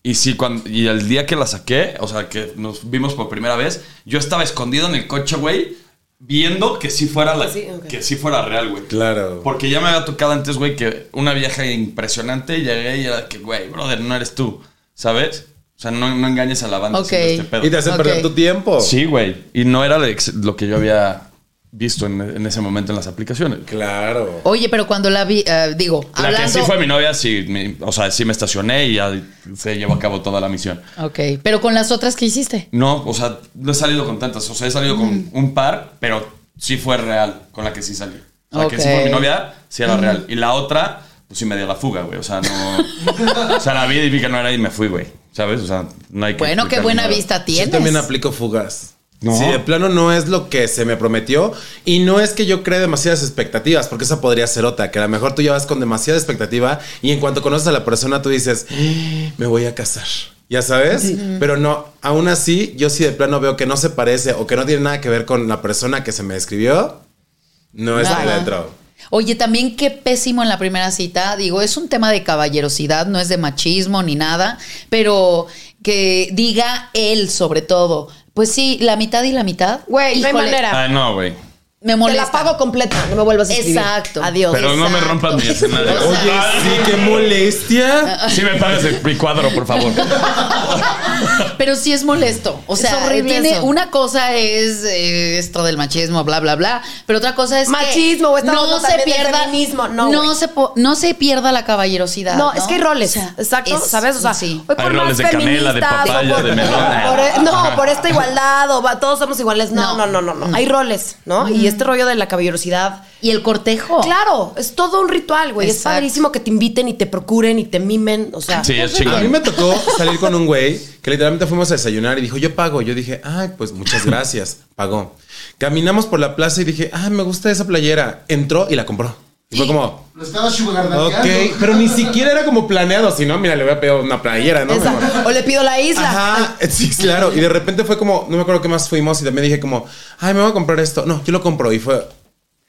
A: Y sí, cuando, y el día que la saqué, o sea, que nos vimos por primera vez, yo estaba escondido en el coche, güey, viendo que sí fuera la,
C: Ah, Sí, ok.
A: que sí fuera real, güey.
B: Claro.
A: Porque ya me había tocado antes, güey, que una vieja impresionante llegué y era que, güey, brother, no eres tú, ¿sabes? O sea, no, no engañes a la banda.
D: Ok.
A: haciendo este pedo.
B: Y te hacen
D: Ok.
B: perder tu tiempo.
A: Sí, güey. Y no era lo ex- lo que yo había visto en, en ese momento en las aplicaciones.
B: Claro.
D: Oye, pero cuando la vi, eh, digo,
A: La
D: hablando.
A: que sí fue mi novia, sí, me- o sea, sí me estacioné y ya se llevó a cabo toda la misión.
D: Ok, pero con las otras que hiciste.
A: No, o sea, no he salido con tantas. O sea, he salido con
D: Mm.
A: un par, pero sí fue real con la que sí salí. O sea, que sí fue
D: Ok.
A: mi novia, sí era real. Y la otra, pues sí me dio la fuga, güey. O sea, no. o sea, la vi y vi que no era y me fui, güey. ¿Sabes? O sea, no hay que.
D: Bueno, qué
A: explicar
D: buena
A: nada.
D: vista
B: Yo
D: tienes.
B: también aplico fugas.
A: No.
B: Si de plano no es lo que se me prometió y no es que yo cree demasiadas expectativas, porque esa podría ser otra, que a lo mejor tú ya vas con demasiada expectativa y en cuanto conoces a la persona tú dices, "Ah, me voy a casar, ya sabes, pero no, aún así yo si de plano veo que no se parece o que no tiene nada que ver con la persona que se me escribió, no es
D: Ajá.
B: el dentro.
D: Oye, también qué pésimo en la primera cita. Digo, es un tema de caballerosidad, no es de machismo ni nada, pero que diga él sobre todo. Pues sí, la mitad y la mitad.
C: Güey, no hay
D: Híjole,
C: manera.
F: Ah, no, güey.
D: Me
C: Te
D: molesta.
C: la pago completa. No me vuelvas a escribir.
D: Exacto.
C: Adiós.
F: Pero no me
D: Exacto.
F: rompas mi escenario.
D: O sea,
B: Oye, sí, qué molestia.
F: Sí me pagas el- mi cuadro, por favor.
D: Pero sí es molesto. O
C: Es
D: sea,
C: horrible
D: tiene-
C: eso.
D: una cosa es eh, esto del machismo, bla, bla, bla. Pero otra cosa es que
C: Machismo, o estamos
D: no
C: hablando
D: se
C: también del
D: pierda
C: feminismo. No, güey.
D: se, po- no se pierda la caballerosidad.
C: No,
D: No,
C: es que hay roles.
D: O sea,
C: Exacto,
D: es-
C: ¿sabes? O sea,
D: sí.
C: hoy
F: Hay roles de canela, de
C: feministas,
F: papaya,
C: o
F: de melón. Ah.
C: por- e, no, por esta igualdad, o va- todos somos iguales. No, no, no, no, no. Hay roles, ¿no?
D: Mm.
C: Y este rollo de la caballerosidad.
D: Y el cortejo.
C: Claro, es todo un ritual, güey. Es
D: Oh. Exacto.
C: padrísimo que te inviten y te procuren y te mimen. O sea,
F: Sí, es
B: A mí
F: chingón.
B: me tocó salir con un güey que literalmente fuimos a desayunar y dijo, yo pago. Yo dije, ay, pues muchas gracias. Pagó. Caminamos por la plaza y dije, ah, me gusta esa playera. Entró y la compró. Y fue como,
E: Lo estaba sugardateando.
B: ok, pero ni siquiera era como planeado, si no, mira, le voy a pedir una playera, ¿no?
C: esa-
B: Mejor.
C: o le pido la isla. Ah,
B: Ajá,
F: eh,
B: sí, claro. Y de repente fue como, no me acuerdo qué más fuimos y también dije como, ay, me voy a comprar esto. No, yo lo compro y fue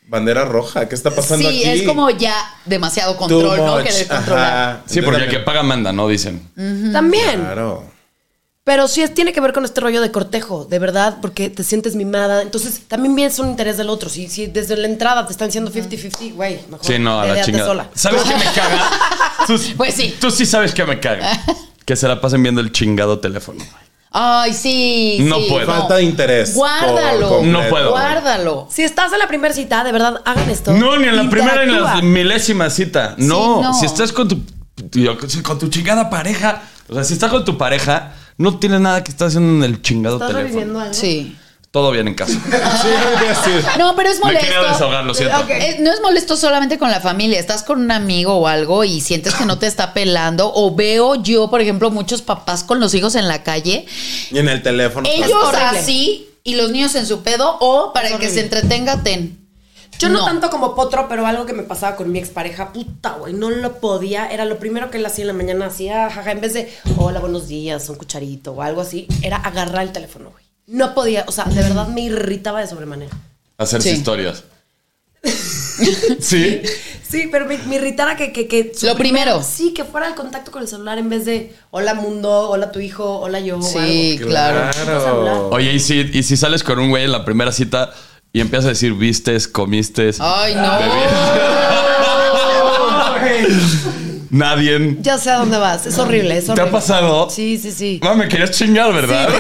B: bandera roja. ¿Qué está pasando
D: sí,
B: aquí?
D: es como ya demasiado
B: Too
D: control, ¿no?
B: much.
D: Querer
B: Ajá.
D: controlar.
F: Sí,
B: Entonces,
F: porque el que
B: también-
F: paga manda, ¿no? Dicen.
C: También.
B: Claro.
C: Pero sí es- tiene que ver con este rollo de cortejo, de verdad, porque te sientes mimada. Entonces, también es un interés del otro. Si, si desde la entrada te están siendo 50-50, güey, mejor.
F: Sí, no, a la
C: quédate
F: chingada.
C: sola.
F: ¿Sabes qué me caga? Tú,
D: Pues sí.
F: Tú sí sabes que me caga. Que se la pasen viendo el chingado teléfono. güey.
D: Ay, sí.
F: No
D: sí,
F: puedo.
B: Falta de interés.
D: Guárdalo.
B: por
F: No puedo.
D: Guárdalo.
C: Si estás en la primera cita, de verdad, hagan esto.
F: No, ni en la primera ni en
C: Interactúa.
F: la milésima cita. No,
D: no.
F: si estás con tu, yo qué sé, con tu chingada pareja. O sea, si estás con tu pareja, no tienes nada que estás haciendo en el chingado
C: ¿Estás reviviendo
F: teléfono.
C: algo?
D: Sí.
F: Todo bien en casa.
B: Sí, voy a decir.
D: No, pero es
F: Me
D: molesto.
F: quería desahogar, lo siento.
C: Ok.
D: Eh, no es molesto solamente con la familia, estás con un amigo o algo y sientes que no te está pelando o veo yo, por ejemplo, muchos papás con los hijos en la calle,
B: Y en el teléfono.
D: ellos
C: horrible.
D: así y los niños en su pedo o para
C: Es
D: el que se
C: horrible.
D: entretenga ten.
C: Yo no,
D: No.
C: tanto como potro, pero algo que me pasaba con mi expareja, puta, güey, no lo podía. Era lo primero que él hacía en la mañana, hacía, jaja, en vez de, hola, buenos días, un cucharito o algo así, era agarrar el teléfono, güey. No podía, o sea, de verdad me irritaba de sobremanera.
A: Hacerse
D: Sí.
A: historias. sí.
C: Sí, pero me, me irritara que... que, que su
D: Lo
C: primer-
D: primero.
C: Sí, que fuera el contacto con el celular en vez de, hola mundo, hola tu hijo, hola yo. o
D: Sí, claro.
C: algo. Celular.
A: Oye, y si, y si sales con un güey en la primera cita y empiezas a decir vistes, comiste,
D: Ay, no.
A: nadie.
C: Ya sé a dónde vas, es horrible, es
A: ¿Te
C: horrible.
A: ha pasado?
C: Sí, sí, sí.
A: No, me querías chingar, ¿verdad?
C: Sí,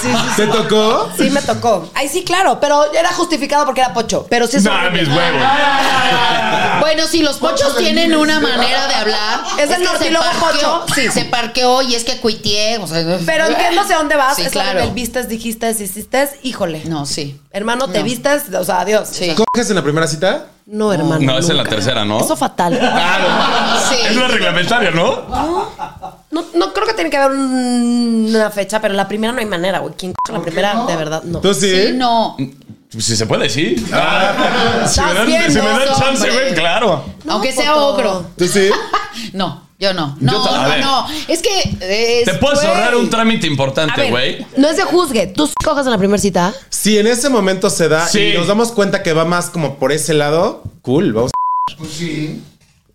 C: sí, sí.
B: ¿Te tocó?
C: Sí, me tocó. Ay, sí, claro, pero era justificado porque era pocho. Pero sí es
A: no,
C: horrible.
A: mis huevos.
D: Ah, Bueno, si los pochos tienen una manera de hablar.
C: Es el
D: que se
C: nortílogo
D: parqueó,
C: pocho. Sí.
D: Se parqueó y es que cuiteé. o sea,
C: Pero entiendo hacia dónde vas.
D: Sí,
C: es
D: claro.
C: claro. El vistes, dijiste, hiciste, híjole.
D: No, sí.
C: Hermano, te
D: No.
C: vistes, o sea, adiós.
D: Sí.
B: ¿Coges en la primera cita?
C: No, hermano.
A: No, es en la
C: nunca.
A: tercera, ¿no?
C: Eso fatal.
A: Claro.
D: Sí.
A: Es la reglamentaria, ¿no?
C: No, no creo que tiene que haber un- una fecha, pero la primera no hay manera, güey. ¿Quién coge la primera? De verdad, no.
B: ¿Tú sí?
D: Sí, no.
A: Si se puede, sí. Ah. si me dan,
C: bien,
A: si me dan
D: vos,
A: chance,
D: hombre.
A: güey, claro.
D: Aunque sea
C: Poto.
D: ogro.
B: ¿Tú sí?
D: No, yo no. No,
A: Yo ta- a
D: no,
A: ver.
D: no. Es que. eh,
A: Te puedes
D: güey.
A: ahorrar un trámite
C: A
A: importante,
C: ver,
A: güey.
C: No es de juzgue. Tú sí coges en la primera cita.
B: Si en ese momento se da
A: Sí.
B: y nos damos cuenta que va más como por ese lado, cool, vamos.
E: Pues sí.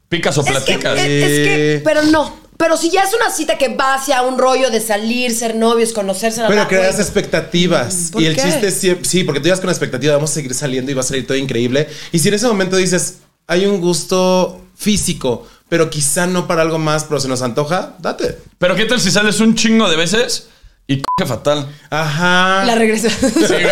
A: Picas o
C: Es que,
A: platicas.
C: es- es que- pero no. Pero si ya es una cita que va hacia un rollo de salir, ser novios, conocerse, la
B: Pero
C: verdad, pues, güey,
B: creas expectativas.
C: ¿Por
B: y el
C: qué?
B: chiste es siempre- sí, porque tú ibas con la expectativa, vamos a seguir saliendo y va a salir todo increíble. Y si en ese momento dices, hay un gusto físico, pero quizá no para algo más, pero se nos antoja, date.
A: Pero qué tal si sales un chingo de veces y coge fatal.
B: Ajá.
C: la regresas.
A: Sí, güey.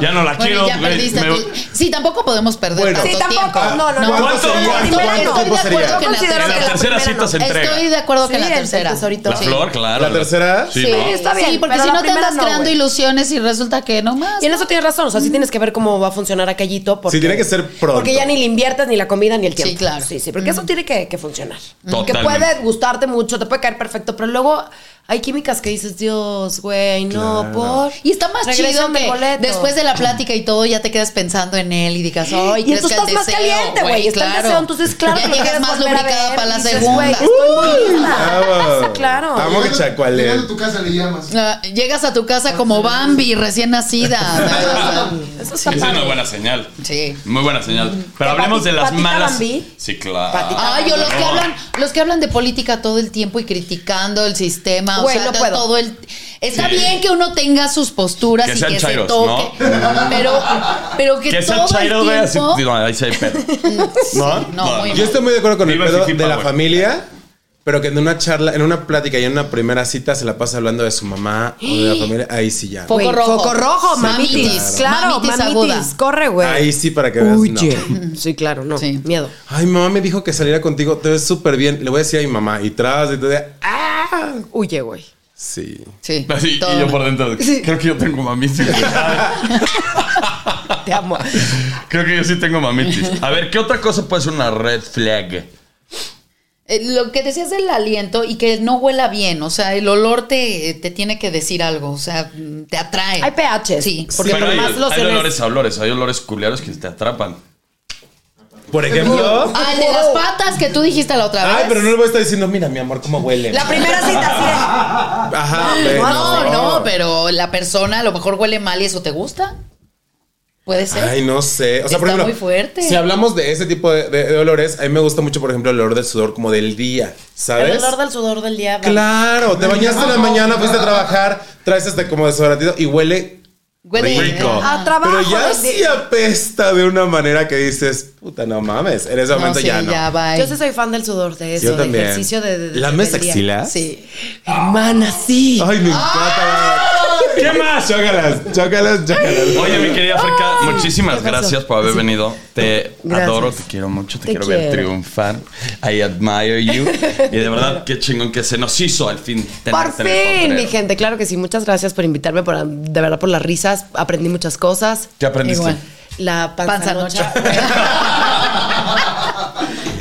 A: Ya no la
D: Bueno,
A: quiero.
D: ya
A: güey.
D: perdiste.
A: Me-
D: a ti. Sí, tampoco podemos perder
B: Bueno.
D: tanto
C: Sí, tampoco.
D: tiempo.
C: No, no, no.
B: ¿Cuánto,
C: No,
B: cuánto,
C: primero
B: cuánto
C: estoy de
B: tiempo
C: acuerdo
B: sería?
C: que
D: Yo considero
A: en
D: que
A: la
D: la
A: tercera
C: primera
A: cita
C: no.
A: se entrega.
D: Estoy de acuerdo que
C: Sí,
D: la
C: el
D: tercera.
C: tesorito.
A: La
C: Sí.
A: flor, claro.
B: ¿La tercera?
A: Sí,
D: Sí,
A: ¿no?
C: Está bien,
D: Sí, porque
C: pero
D: si
C: la
D: no te
C: primera
D: andas
C: no,
D: creando
C: güey.
D: ilusiones y resulta que no más.
C: Y en eso tienes razón, o sea, sí tienes que ver cómo va a funcionar aquellito. Porque,
B: Sí, tiene que ser pronto.
C: Porque ya ni le inviertes ni la comida ni el tiempo.
D: Sí, claro. Mm.
C: Sí, sí, porque eso tiene que, que funcionar.
A: Totalmente.
C: Que puede gustarte mucho, te puede caer perfecto, pero luego hay químicas que dices, Dios, güey, no, por.
D: Y está más chido
C: Regrésame el
D: que
C: boleto.
D: después de la plática y todo ya te quedas pensando en él y digas, ay,
C: Y
D: crees
C: entonces
D: que
C: pues, estás
D: el
C: más
D: deseo,
C: caliente, güey. Está el
D: claro.
C: deseo, entonces, claro,
D: Ya
C: que lo
D: llegas
C: quieres
D: más
C: volver a
D: lubricada
C: ver,
D: para la
C: dices,
D: segunda.
C: "Güey, estoy muy
B: Bravo.
C: lista". claro.
B: Vamos que
E: Llegando
B: chacualen.
E: a tu casa le llamas.
D: Ah, Llegas a tu casa como Bambi recién nacida. Ah,
C: Eso
A: Esa
C: está
A: es una
C: padre.
A: buena señal.
D: sí.
A: Muy buena señal. Pero
C: ¿Que
A: hablemos de
C: pati-
A: las
C: patita
A: malas.
C: Bambi?
A: Sí, claro.
C: Patita.
D: Ay, o los que hablan, los que hablan de política todo el tiempo y criticando el sistema,
C: Güey,
D: o sea,
C: no puedo.
D: todo el Está
A: Sí.
D: bien que uno tenga sus posturas
A: Que
D: y
A: sean
D: que
A: chairos,
D: se toque, pero pero que,
A: Que sea
D: todo
A: chairo, güey,
D: el
A: así.
D: tiempo
A: No, ahí sí hay pedo.
D: ¿No?
A: No,
D: muy
B: Yo
D: mal.
B: estoy muy de acuerdo con el
A: Viva
B: pedo
A: Fifi
B: de la
A: Power.
B: familia, pero que en una charla, en una plática y en una primera cita se la pasa hablando de su mamá o de la familia, ahí sí ya.
D: Foco
C: Güey,
D: rojo.
C: Foco rojo,
D: Sí,
C: mamitis.
D: claro.
C: Claro,
D: Mamitis
C: mamitis.
D: aguda.
C: Corre, güey.
B: Ahí sí para que veas. no.
C: Huye. Sí, claro, no.
D: Sí.
C: Miedo.
B: Ay, mi mamá me dijo que saliera contigo, te ves súper bien. Le voy a decir a mi mamá y tras y todo. ¡Ah!
C: Huye, güey.
B: Sí.
D: Sí.
A: Así,
D: todo
A: y yo
D: mal.
A: por dentro. Creo que yo tengo mamitis.
C: Te amo.
A: Creo que yo sí tengo mamitis. A ver, ¿qué otra cosa puede ser una red flag?
D: Eh, Lo que decías del aliento y que no huela bien, o sea, el olor te, te tiene que decir algo, o sea, mm, te atrae.
C: Hay pH.
D: Sí.
C: Porque
A: Pero
C: por
A: hay,
C: más los
A: hay olores a olores, hay olores culiados que te atrapan.
B: Por ejemplo.
D: Ah, el de las patas que tú dijiste la otra vez.
B: Ay, pero no le voy a estar diciendo, mira, mi amor, cómo huele.
C: La primera cita
B: Ajá, pero-
D: No, no, pero la persona a lo mejor huele mal y eso te gusta. Puede ser.
B: Ay, no sé. O sea, por
D: Está
B: ejemplo,
D: muy fuerte.
B: si hablamos de ese tipo de, de- de olores, a mí me gusta mucho, por ejemplo, el olor del sudor como del día,
C: sí es.
B: ¿sabes?
C: El olor del sudor del día. va.
B: Claro, te
E: Del
B: bañaste en la
E: trabajo.
B: mañana, fuiste a trabajar, traes este como desodorantito y huele.
D: Huele
A: Rico.
B: Ah,
C: A trabajo.
B: Pero ya
C: de-
B: sí apesta de una una manera que dices, puta, no mames. En ese
D: No,
B: momento
D: sí,
B: ya no.
D: ya va.
C: Yo sí soy fan del sudor, de eso,
B: Yo
C: de
B: también.
C: ejercicio de, de- de-
B: ¿Lames
C: del día.
B: axilas?
C: Sí. Hermana, sí.
B: Ay, me encanta.
A: ¿Qué más?
B: Chócalas, chócalas, chócalas.
A: Oye, mi querida Ferca, muchísimas
C: ¿qué pasó?
A: gracias por haber venido. Te
C: Gracias.
A: adoro, te quiero mucho, te,
C: Te
A: quiero, ver
C: quiero.
A: triunfar. I admire you. Y de verdad, qué chingón que se nos hizo al fin. tener-
C: Por
A: tener
C: fin,
A: potrero.
C: mi gente, claro que sí. Muchas gracias por invitarme, por, de verdad por las risas. Aprendí muchas cosas.
A: ¿Qué aprendiste?
D: Igual.
C: La panza,
D: Panza
C: noche.
D: noche.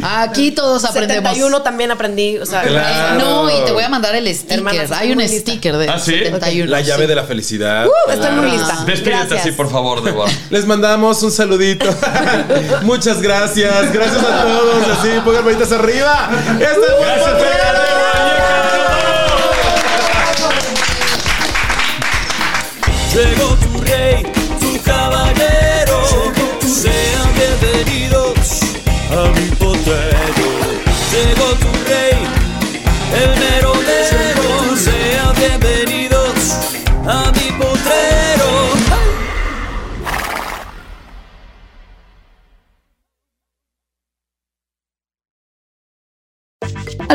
D: Aquí todos aprendemos.
C: 71 también aprendí, o sea,
B: Claro.
D: No, y te voy a mandar el sticker.
C: Hermana, estoy
D: Hay un
C: muy lista.
D: sticker de
F: ¿Ah, sí?
D: 71.
B: La llave
D: sí.
B: de la felicidad.
C: uh, estoy muy lista.
F: Despídete
C: Gracias.
F: así, por favor, Débora.
B: Les mandamos un saludito. Muchas gracias. Gracias a todos. Así, pongan manitas arriba. Este es Buen
F: Gracias,
B: Podcast.
F: Débora,
J: Llegó tu rey, tu caballero. Sean bienvenidos a mi potrero. Llegó tu rey, el mero mero. Sean bienvenidos a mi potrero.